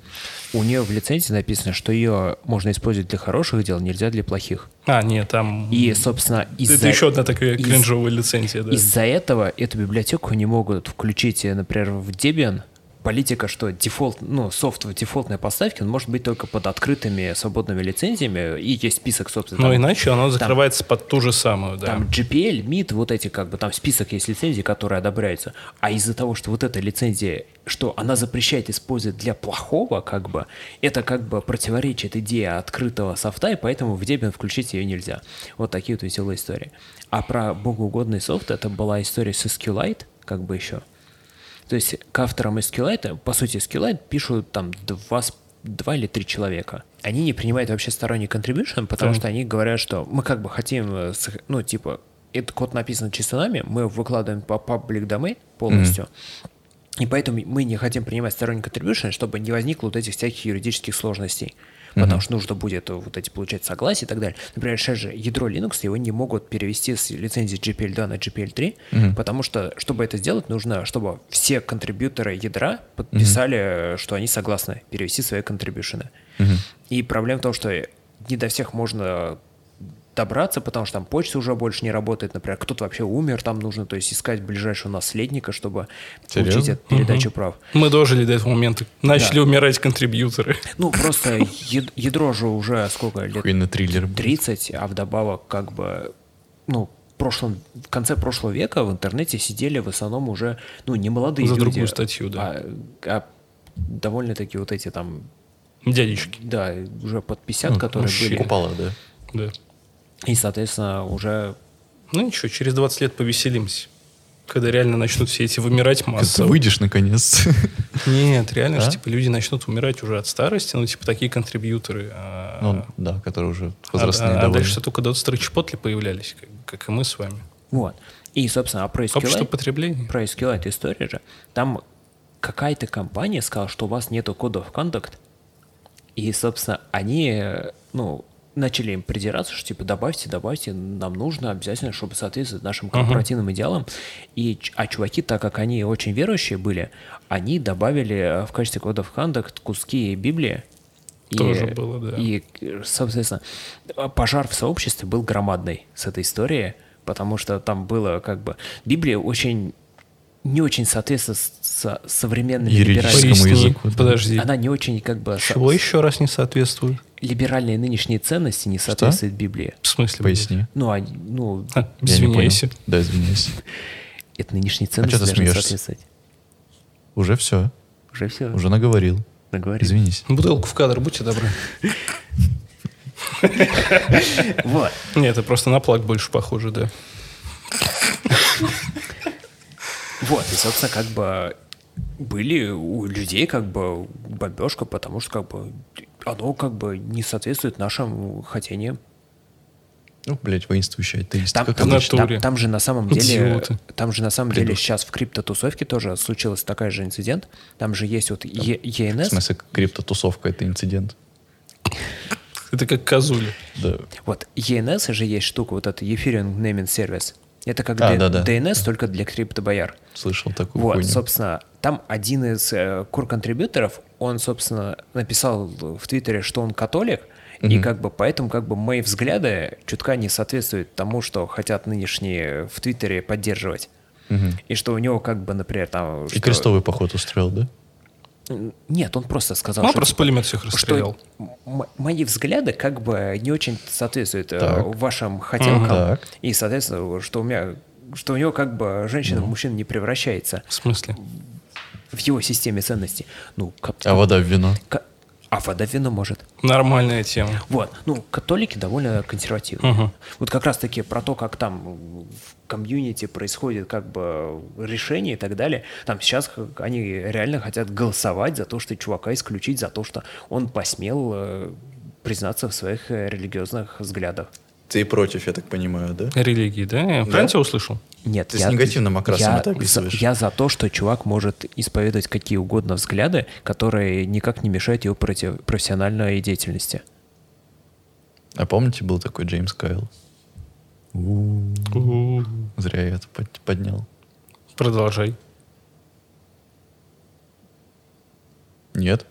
[SPEAKER 4] У нее в лицензии написано, что ее можно использовать для хороших дел, нельзя для плохих.
[SPEAKER 3] А, нет, там...
[SPEAKER 4] И, собственно, из-за...
[SPEAKER 3] Это еще одна такая
[SPEAKER 4] из-
[SPEAKER 3] кринжовая лицензия, да.
[SPEAKER 4] Из-за этого эту библиотеку не могут включить, э, например, в Debian. Политика, что дефолт, ну, софт в дефолтной поставке, он может быть только под открытыми свободными лицензиями, и есть список, собственно,
[SPEAKER 3] Но
[SPEAKER 4] там,
[SPEAKER 3] Ну, иначе оно закрывается под ту же самую, да.
[SPEAKER 4] там GPL, MIT, вот эти как бы, там список есть лицензий, которые одобряются. А из-за того, что вот эта лицензия, что она запрещает использовать для плохого, как бы, это как бы противоречит идее открытого софта, и поэтому в Debian включить ее нельзя. Вот такие вот веселые истории. А про богоугодный софт, это была история с SQLite, как бы еще. То есть к авторам из SQLite, по сути, SQLite пишут там два, с- два или три человека. Они не принимают вообще сторонний contribution, потому
[SPEAKER 3] Так.
[SPEAKER 4] что они говорят, что мы как бы хотим, э, сох- ну, типа, этот код написан чисто нами, мы его выкладываем по паблик домы полностью, и поэтому мы не хотим принимать сторонний contribution, чтобы не возникло вот этих всяких юридических сложностей. Потому что нужно будет э, вот эти получать согласие и так далее. Например, сейчас же ядро Linux его не могут перевести с лицензии GPL2 на GPL3, потому что, чтобы это сделать, нужно, чтобы все контрибьюторы ядра подписали, э, что они согласны перевести свои контрибьюшены. И проблема в том, что не до всех можно добраться, потому что там почта уже больше не работает, например, кто-то вообще умер, там нужно, то есть искать ближайшего наследника, чтобы получить
[SPEAKER 2] Серьезно?
[SPEAKER 4] эту передачу прав.
[SPEAKER 3] Мы дожили до этого момента. Начали умирать контрибьюторы.
[SPEAKER 4] Ну, просто ед- ядро же уже сколько лет?
[SPEAKER 2] Хуйный триллер.
[SPEAKER 4] 30, а вдобавок как бы, ну, в, прошлом, в конце прошлого века в интернете сидели в основном уже, ну, не молодые
[SPEAKER 3] За
[SPEAKER 4] люди.
[SPEAKER 3] другую статью, да.
[SPEAKER 4] А, а довольно-таки вот эти там,
[SPEAKER 3] Дядечки,
[SPEAKER 4] да, уже под 50, которые были.
[SPEAKER 2] Упала, да.
[SPEAKER 3] да.
[SPEAKER 4] И, соответственно, уже
[SPEAKER 3] Ну ничего, через 20 лет повеселимся. Когда реально начнут все эти вымирать
[SPEAKER 2] Ты
[SPEAKER 3] массово.
[SPEAKER 2] выйдешь наконец.
[SPEAKER 3] Нет, реально
[SPEAKER 2] А?
[SPEAKER 3] же, типа, люди начнут умирать уже от старости, ну, типа, такие контрибьюторы. а,
[SPEAKER 2] Ну, да, которые уже
[SPEAKER 3] а-
[SPEAKER 2] возрастные
[SPEAKER 3] а,
[SPEAKER 2] довольно.
[SPEAKER 3] дальше только до строчпотли появлялись, как, бы, как и мы с вами.
[SPEAKER 4] вот. И, собственно, а про SQLite-
[SPEAKER 3] Общество потребления.
[SPEAKER 4] про SQLite история же, там какая-то компания сказала, что у вас нету кодов conduct, и, собственно, они, э, ну, начали им придираться, что типа добавьте, добавьте, нам нужно обязательно, чтобы соответствовать нашим корпоративным идеалам. И, ч- а чуваки, так как они очень верующие были, они добавили э, в качестве кодов conduct куски Библии. И,
[SPEAKER 3] Тоже было, да.
[SPEAKER 4] И, э, соответственно, э, пожар в сообществе был громадный с этой истории, потому что там было как бы... Библия очень не очень соответствует с- со- современными
[SPEAKER 2] Юридически.
[SPEAKER 4] либеральными...
[SPEAKER 2] Русскому
[SPEAKER 3] Поясни,
[SPEAKER 2] языку, да.
[SPEAKER 3] подожди.
[SPEAKER 4] Она не очень как бы... со-
[SPEAKER 3] Чего еще раз не соответствует?
[SPEAKER 4] либеральные нынешние ценности не соответствуют Библии.
[SPEAKER 3] В смысле?
[SPEAKER 2] Поясни.
[SPEAKER 4] Ну, они, ну,
[SPEAKER 3] А,
[SPEAKER 2] Я не понял.
[SPEAKER 3] извиняйся.
[SPEAKER 2] Да, извиняюсь.
[SPEAKER 4] это нынешние ценности
[SPEAKER 2] А ты
[SPEAKER 4] должны
[SPEAKER 2] смеешься?
[SPEAKER 4] соответствовать.
[SPEAKER 2] Уже все.
[SPEAKER 4] Уже все,
[SPEAKER 2] Уже наговорил.
[SPEAKER 4] наговорили.
[SPEAKER 2] Извинись.
[SPEAKER 3] Бутылку в кадр, будьте добры.
[SPEAKER 4] Вот.
[SPEAKER 3] Нет, это просто на плаг больше похоже, да.
[SPEAKER 4] Вот, и, собственно, как бы были у людей как бы бомбежка, потому что как бы оно как бы не соответствует нашим хотениям.
[SPEAKER 2] Ну, блядь, воинствующая атеист.
[SPEAKER 4] Там,
[SPEAKER 2] Как
[SPEAKER 4] там,
[SPEAKER 2] она?
[SPEAKER 4] же- там-
[SPEAKER 3] натуре.
[SPEAKER 4] там же на самом деле,
[SPEAKER 3] Идиоты.
[SPEAKER 4] там же на самом деле сейчас в криптотусовке тоже случилась такая же инцидент. Там же есть вот Е-
[SPEAKER 2] В
[SPEAKER 4] ENS,
[SPEAKER 2] смысле, криптотусовка — это инцидент.
[SPEAKER 3] Это как козули.
[SPEAKER 2] Да.
[SPEAKER 4] Вот ENS же есть штука, вот это Ethereum Naming Service. Это как
[SPEAKER 2] А,
[SPEAKER 4] Д-
[SPEAKER 2] да-да.
[SPEAKER 4] DNS, только для криптобояр.
[SPEAKER 2] Слышал такую
[SPEAKER 4] Вот,
[SPEAKER 2] хуйню.
[SPEAKER 4] собственно, там один из кур-контрибьюторов, он, собственно, написал в Твиттере, что он католик, и как бы поэтому как бы мои взгляды чутка не соответствуют тому, что хотят нынешние в Твиттере поддерживать. И что у него как бы, например, там...
[SPEAKER 2] И
[SPEAKER 4] что-
[SPEAKER 2] крестовый поход устроил, да?
[SPEAKER 4] Нет, он просто сказал,
[SPEAKER 3] Он
[SPEAKER 4] что...
[SPEAKER 3] просто пулемет всех расстрелял.
[SPEAKER 4] что м- мои взгляды как бы не очень соответствуют э,
[SPEAKER 2] Так.
[SPEAKER 4] вашим хотелкам.
[SPEAKER 2] Так.
[SPEAKER 4] И, соответственно, что у меня что у него как бы женщина в мужчину не превращается
[SPEAKER 3] В смысле?
[SPEAKER 4] в его системе ценностей. Ну, кап-
[SPEAKER 2] А вода в вино.
[SPEAKER 4] ка- а вода в вино может.
[SPEAKER 3] Нормальная тема.
[SPEAKER 4] Вот. Ну, католики довольно консервативные.
[SPEAKER 3] Мгм.
[SPEAKER 4] Вот как раз-таки про то, как там в комьюнити происходит как бы решение и так далее. Там сейчас как они реально хотят голосовать за то, что чувака исключить, за то, что он посмел э, признаться в своих э, религиозных взглядах.
[SPEAKER 2] Ты против, я так понимаю, да?
[SPEAKER 3] Религии, да? Я правильно тебя услышал?
[SPEAKER 4] Нет,
[SPEAKER 2] Ты с негативным окрасом
[SPEAKER 4] я
[SPEAKER 2] это
[SPEAKER 4] за-
[SPEAKER 2] описываешь.
[SPEAKER 4] я за то, что чувак может исповедовать какие угодно взгляды, которые никак не мешают его против профессиональной деятельности.
[SPEAKER 2] А помните, был такой Джеймс Кайл?
[SPEAKER 3] У-у-у.
[SPEAKER 2] Зря я это под- поднял.
[SPEAKER 3] Продолжай.
[SPEAKER 2] Нет.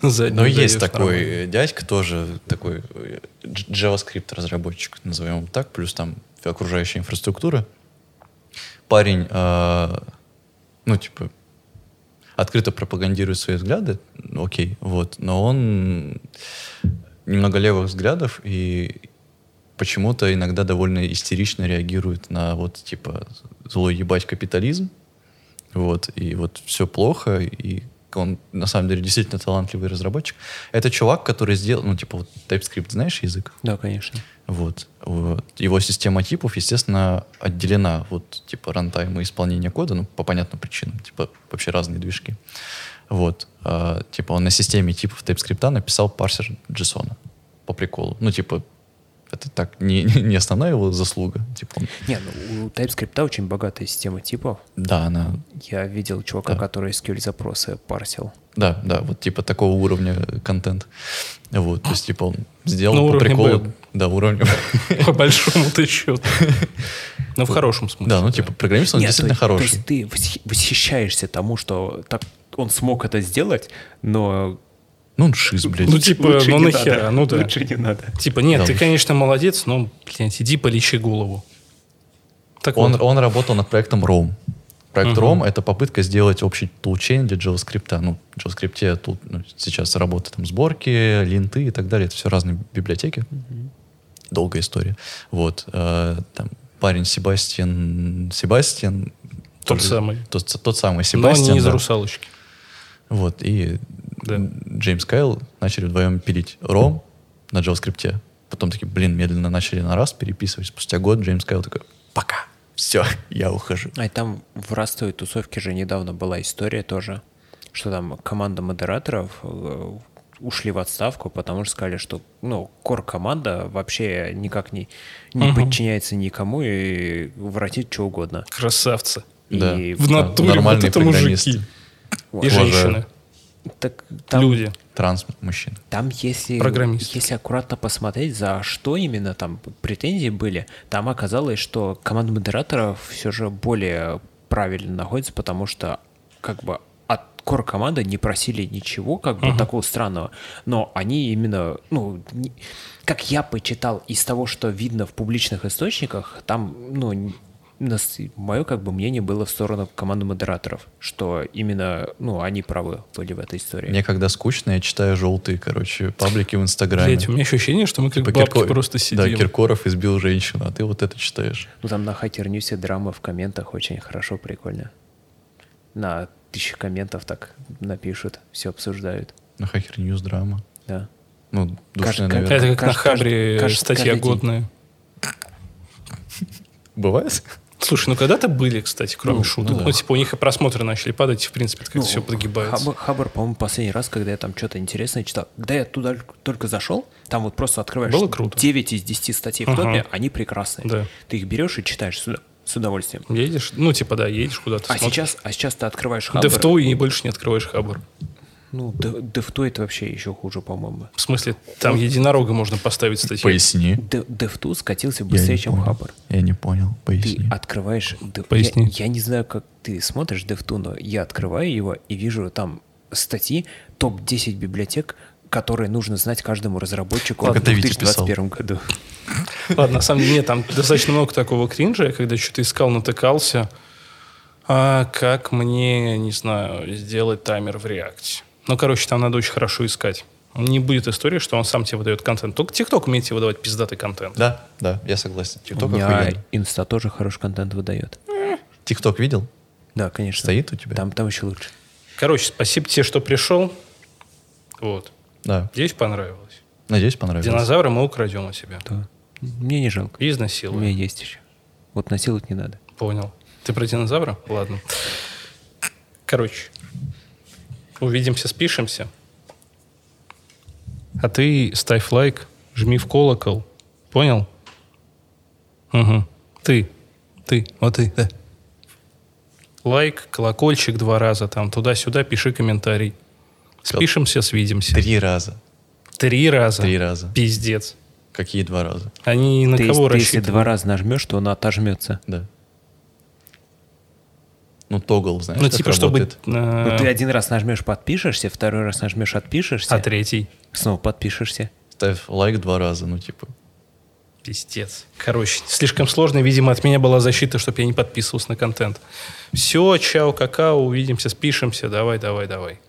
[SPEAKER 3] Заднюю
[SPEAKER 2] Но есть
[SPEAKER 3] даёшь
[SPEAKER 2] такой
[SPEAKER 3] нормально.
[SPEAKER 2] э, дядька тоже, такой э, дж- JavaScript-разработчик, назовем так, плюс там окружающая инфраструктура. Парень, э, ну, типа, открыто пропагандирует свои взгляды, ну, окей, вот, но он немного левых взглядов и почему-то иногда довольно истерично реагирует на вот, типа, злой ебать капитализм, вот, и вот все плохо, и он на самом деле действительно талантливый разработчик. Это чувак, который сделал, ну, типа, вот TypeScript, знаешь язык?
[SPEAKER 4] Да, конечно.
[SPEAKER 2] Вот. Вот. Его система типов, естественно, отделена вот типа рантайма и исполнения кода, ну, по понятным причинам, типа вообще разные движки. Вот. А, типа он на системе типов TypeScript написал парсер JSON по приколу. Ну, типа, это так, не, не основная его заслуга. Типа он-
[SPEAKER 4] Не, ну, у TypeScript очень богатая система типов.
[SPEAKER 2] да, она
[SPEAKER 4] Я видел чувака,
[SPEAKER 2] Да.
[SPEAKER 4] который SQL-запросы парсил.
[SPEAKER 2] Да, да, вот типа такого уровня контент. Вот, то есть типа он сделал
[SPEAKER 3] Ну,
[SPEAKER 2] по
[SPEAKER 3] уровня
[SPEAKER 2] приколу.
[SPEAKER 3] Б.
[SPEAKER 2] Да, уровня.
[SPEAKER 3] По большому-то счету. Ну, в хорошем смысле.
[SPEAKER 2] Да, ну типа программист, он
[SPEAKER 4] Нет,
[SPEAKER 2] действительно
[SPEAKER 4] то, есть-
[SPEAKER 2] хороший.
[SPEAKER 4] То есть ты восхи- восхищаешься тому, что так он смог это сделать, но
[SPEAKER 2] Ну, он шиз, блядь.
[SPEAKER 3] Ну, типа,
[SPEAKER 4] лучше
[SPEAKER 3] ну
[SPEAKER 4] не
[SPEAKER 3] нахера,
[SPEAKER 4] надо.
[SPEAKER 3] ну да.
[SPEAKER 4] Лучше не надо.
[SPEAKER 3] Типа, нет,
[SPEAKER 2] Да,
[SPEAKER 3] ты,
[SPEAKER 2] ну,
[SPEAKER 3] конечно, молодец, но, блядь, иди полечи голову. Так
[SPEAKER 2] Он,
[SPEAKER 3] вот.
[SPEAKER 2] он работал над проектом ROM. Проект
[SPEAKER 3] Мгм.
[SPEAKER 2] ROM — это попытка сделать общий тулчейн для JavaScript. Ну, в JavaScript тут ну, сейчас работа там сборки, линты и так далее. Это все разные библиотеки. Долгая история. Вот. э, там парень Себастьян... Себастьян...
[SPEAKER 3] Тот
[SPEAKER 2] тоже-
[SPEAKER 3] самый.
[SPEAKER 2] Тот, тот самый
[SPEAKER 3] Но
[SPEAKER 2] Себастьян.
[SPEAKER 3] не из
[SPEAKER 2] да.
[SPEAKER 3] русалочки.
[SPEAKER 2] Вот, и
[SPEAKER 3] Да.
[SPEAKER 2] Джеймс Кайл начали вдвоем пилить ром на JavaScript. Потом такие, блин, медленно начали на раз переписывать. Спустя год Джеймс Кайл такой, пока, все, я ухожу.
[SPEAKER 4] А и там в растовой тусовке же недавно была история тоже, что там команда модераторов э, ушли в отставку, потому что сказали, что ну, кор-команда вообще никак не, не
[SPEAKER 3] Мгм.
[SPEAKER 4] подчиняется никому и воротит что угодно.
[SPEAKER 3] Красавцы.
[SPEAKER 2] Да.
[SPEAKER 4] И
[SPEAKER 3] В
[SPEAKER 4] там-
[SPEAKER 3] натуре вот
[SPEAKER 2] нормальные
[SPEAKER 3] это
[SPEAKER 2] программисты.
[SPEAKER 3] мужики. И
[SPEAKER 4] Уважаю.
[SPEAKER 3] женщины.
[SPEAKER 4] так там-
[SPEAKER 3] Люди.
[SPEAKER 2] Транс-мужчина.
[SPEAKER 4] Там, если,
[SPEAKER 3] Программист.
[SPEAKER 4] если аккуратно посмотреть, за что именно там претензии были, там оказалось, что команда модераторов все же более правильно находится, потому что как бы от кор команды не просили ничего как бы такого странного, но они именно, ну, не- как я почитал из того, что видно в публичных источниках, там, ну, н- нас- мое как бы мнение было в сторону команды модераторов, что именно, ну, они правы были в этой истории.
[SPEAKER 2] Мне когда скучно, я читаю желтые, короче, паблики в Инстаграме.
[SPEAKER 3] Блядь, у меня ощущение, что мы как
[SPEAKER 2] Типа
[SPEAKER 3] бабки
[SPEAKER 2] Кирко-
[SPEAKER 3] просто
[SPEAKER 2] Да,
[SPEAKER 3] сидим.
[SPEAKER 2] Киркоров избил женщину, а ты вот это читаешь.
[SPEAKER 4] Ну там на хакер ньюсе драма в комментах очень хорошо, прикольно. На тысячи комментов так напишут, все обсуждают.
[SPEAKER 2] На Хакер Ньюс драма.
[SPEAKER 4] Да.
[SPEAKER 2] Ну,
[SPEAKER 4] Каждый-
[SPEAKER 2] душная, наверное.
[SPEAKER 3] Это как на
[SPEAKER 4] Кажд-
[SPEAKER 3] Хабре
[SPEAKER 4] кажд-
[SPEAKER 3] статья
[SPEAKER 4] каждый день.
[SPEAKER 3] годная.
[SPEAKER 2] Бывает?
[SPEAKER 3] Слушай, ну когда-то были, кстати, кроме
[SPEAKER 4] Ну,
[SPEAKER 3] шуток. Ну,
[SPEAKER 2] да.
[SPEAKER 3] типа, у них и просмотры начали падать, и, в принципе, это как-то
[SPEAKER 4] Ну,
[SPEAKER 3] все подгибается.
[SPEAKER 4] Хабр, Хабр, по-моему, последний раз, когда я там что-то интересное читал, когда я туда только зашел, там вот просто открываешь
[SPEAKER 3] Было круто.
[SPEAKER 4] 9 из 10 статей в
[SPEAKER 3] Ага.
[SPEAKER 4] топе, они прекрасные.
[SPEAKER 3] Да.
[SPEAKER 4] Ты их берешь и читаешь с, с удовольствием.
[SPEAKER 3] Едешь? Ну, типа, да, едешь куда-то.
[SPEAKER 4] А сейчас, а сейчас ты открываешь Хабр.
[SPEAKER 3] Дефту и больше не открываешь Хабр.
[SPEAKER 4] Ну, Дев- Дефту это вообще еще хуже, по-моему.
[SPEAKER 3] В смысле, там
[SPEAKER 4] Ну,
[SPEAKER 3] единорога можно поставить статью.
[SPEAKER 2] Поясни.
[SPEAKER 4] Де- Дефту скатился
[SPEAKER 2] Я не
[SPEAKER 4] быстрее, чем
[SPEAKER 2] понял.
[SPEAKER 4] Хабр.
[SPEAKER 2] Я не понял,
[SPEAKER 4] Ты
[SPEAKER 2] поясни.
[SPEAKER 4] открываешь... Д-
[SPEAKER 3] Поясни.
[SPEAKER 4] Я, я не знаю, как ты смотришь DevTool, но я открываю его и вижу там статьи топ-10 библиотек, которые нужно знать каждому разработчику
[SPEAKER 2] Как
[SPEAKER 4] в
[SPEAKER 2] это Витя писал.
[SPEAKER 4] 2021 году.
[SPEAKER 3] Ладно, на самом деле, нет, там достаточно много такого кринжа. Я когда что-то искал, натыкался. А как мне, не знаю, сделать таймер в реакте? Ну, короче, там надо очень хорошо искать. Не будет истории, что он сам тебе выдает контент. Только TikTok умеет тебе выдавать пиздатый контент.
[SPEAKER 2] Да, да, я согласен.
[SPEAKER 4] У
[SPEAKER 2] Тикток
[SPEAKER 4] меня
[SPEAKER 2] охуенно.
[SPEAKER 4] Инста тоже хороший контент выдает.
[SPEAKER 2] Тикток видел?
[SPEAKER 4] Да, конечно.
[SPEAKER 2] Стоит у тебя?
[SPEAKER 4] Там, там еще лучше.
[SPEAKER 3] Короче, спасибо тебе, что пришел. Вот.
[SPEAKER 2] Да.
[SPEAKER 3] Надеюсь, понравилось.
[SPEAKER 2] Надеюсь, понравилось.
[SPEAKER 3] Динозавра мы украдем у тебя.
[SPEAKER 4] Да. Мне не жалко.
[SPEAKER 3] И
[SPEAKER 4] У меня
[SPEAKER 3] изнасилуем.
[SPEAKER 4] есть еще. Вот насиловать не надо.
[SPEAKER 3] Понял. Ты про динозавра? Ладно. Короче, увидимся, спишемся. А ты ставь лайк, жми в колокол. Понял? Угу. Ты. Ты. Вот ты. да. Лайк, колокольчик два раза там, туда-сюда, пиши комментарий. Спишемся, свидимся.
[SPEAKER 2] Три раза.
[SPEAKER 3] Три раза.
[SPEAKER 2] Три раза.
[SPEAKER 3] Пиздец.
[SPEAKER 2] Какие два раза?
[SPEAKER 3] Они на
[SPEAKER 4] Ты,
[SPEAKER 3] кого
[SPEAKER 4] если- ты если
[SPEAKER 3] рассчитывают?
[SPEAKER 4] два раза нажмешь, то она отожмется.
[SPEAKER 2] Да. Ну, тогл, знаешь,
[SPEAKER 3] Ну,
[SPEAKER 2] как
[SPEAKER 3] типа, чтобы...
[SPEAKER 2] работает.
[SPEAKER 4] Вот Ну, ты
[SPEAKER 3] э,
[SPEAKER 4] один раз нажмешь, подпишешься, второй раз нажмешь, отпишешься,
[SPEAKER 3] А третий?
[SPEAKER 4] снова подпишешься.
[SPEAKER 2] Ставь лайк два раза, ну, типа.
[SPEAKER 3] Пиздец. Короче, слишком сложно. Видимо, от меня была защита, чтобы я не подписывался на контент. Все, чао, какао, увидимся, спишемся. Давай, давай, давай.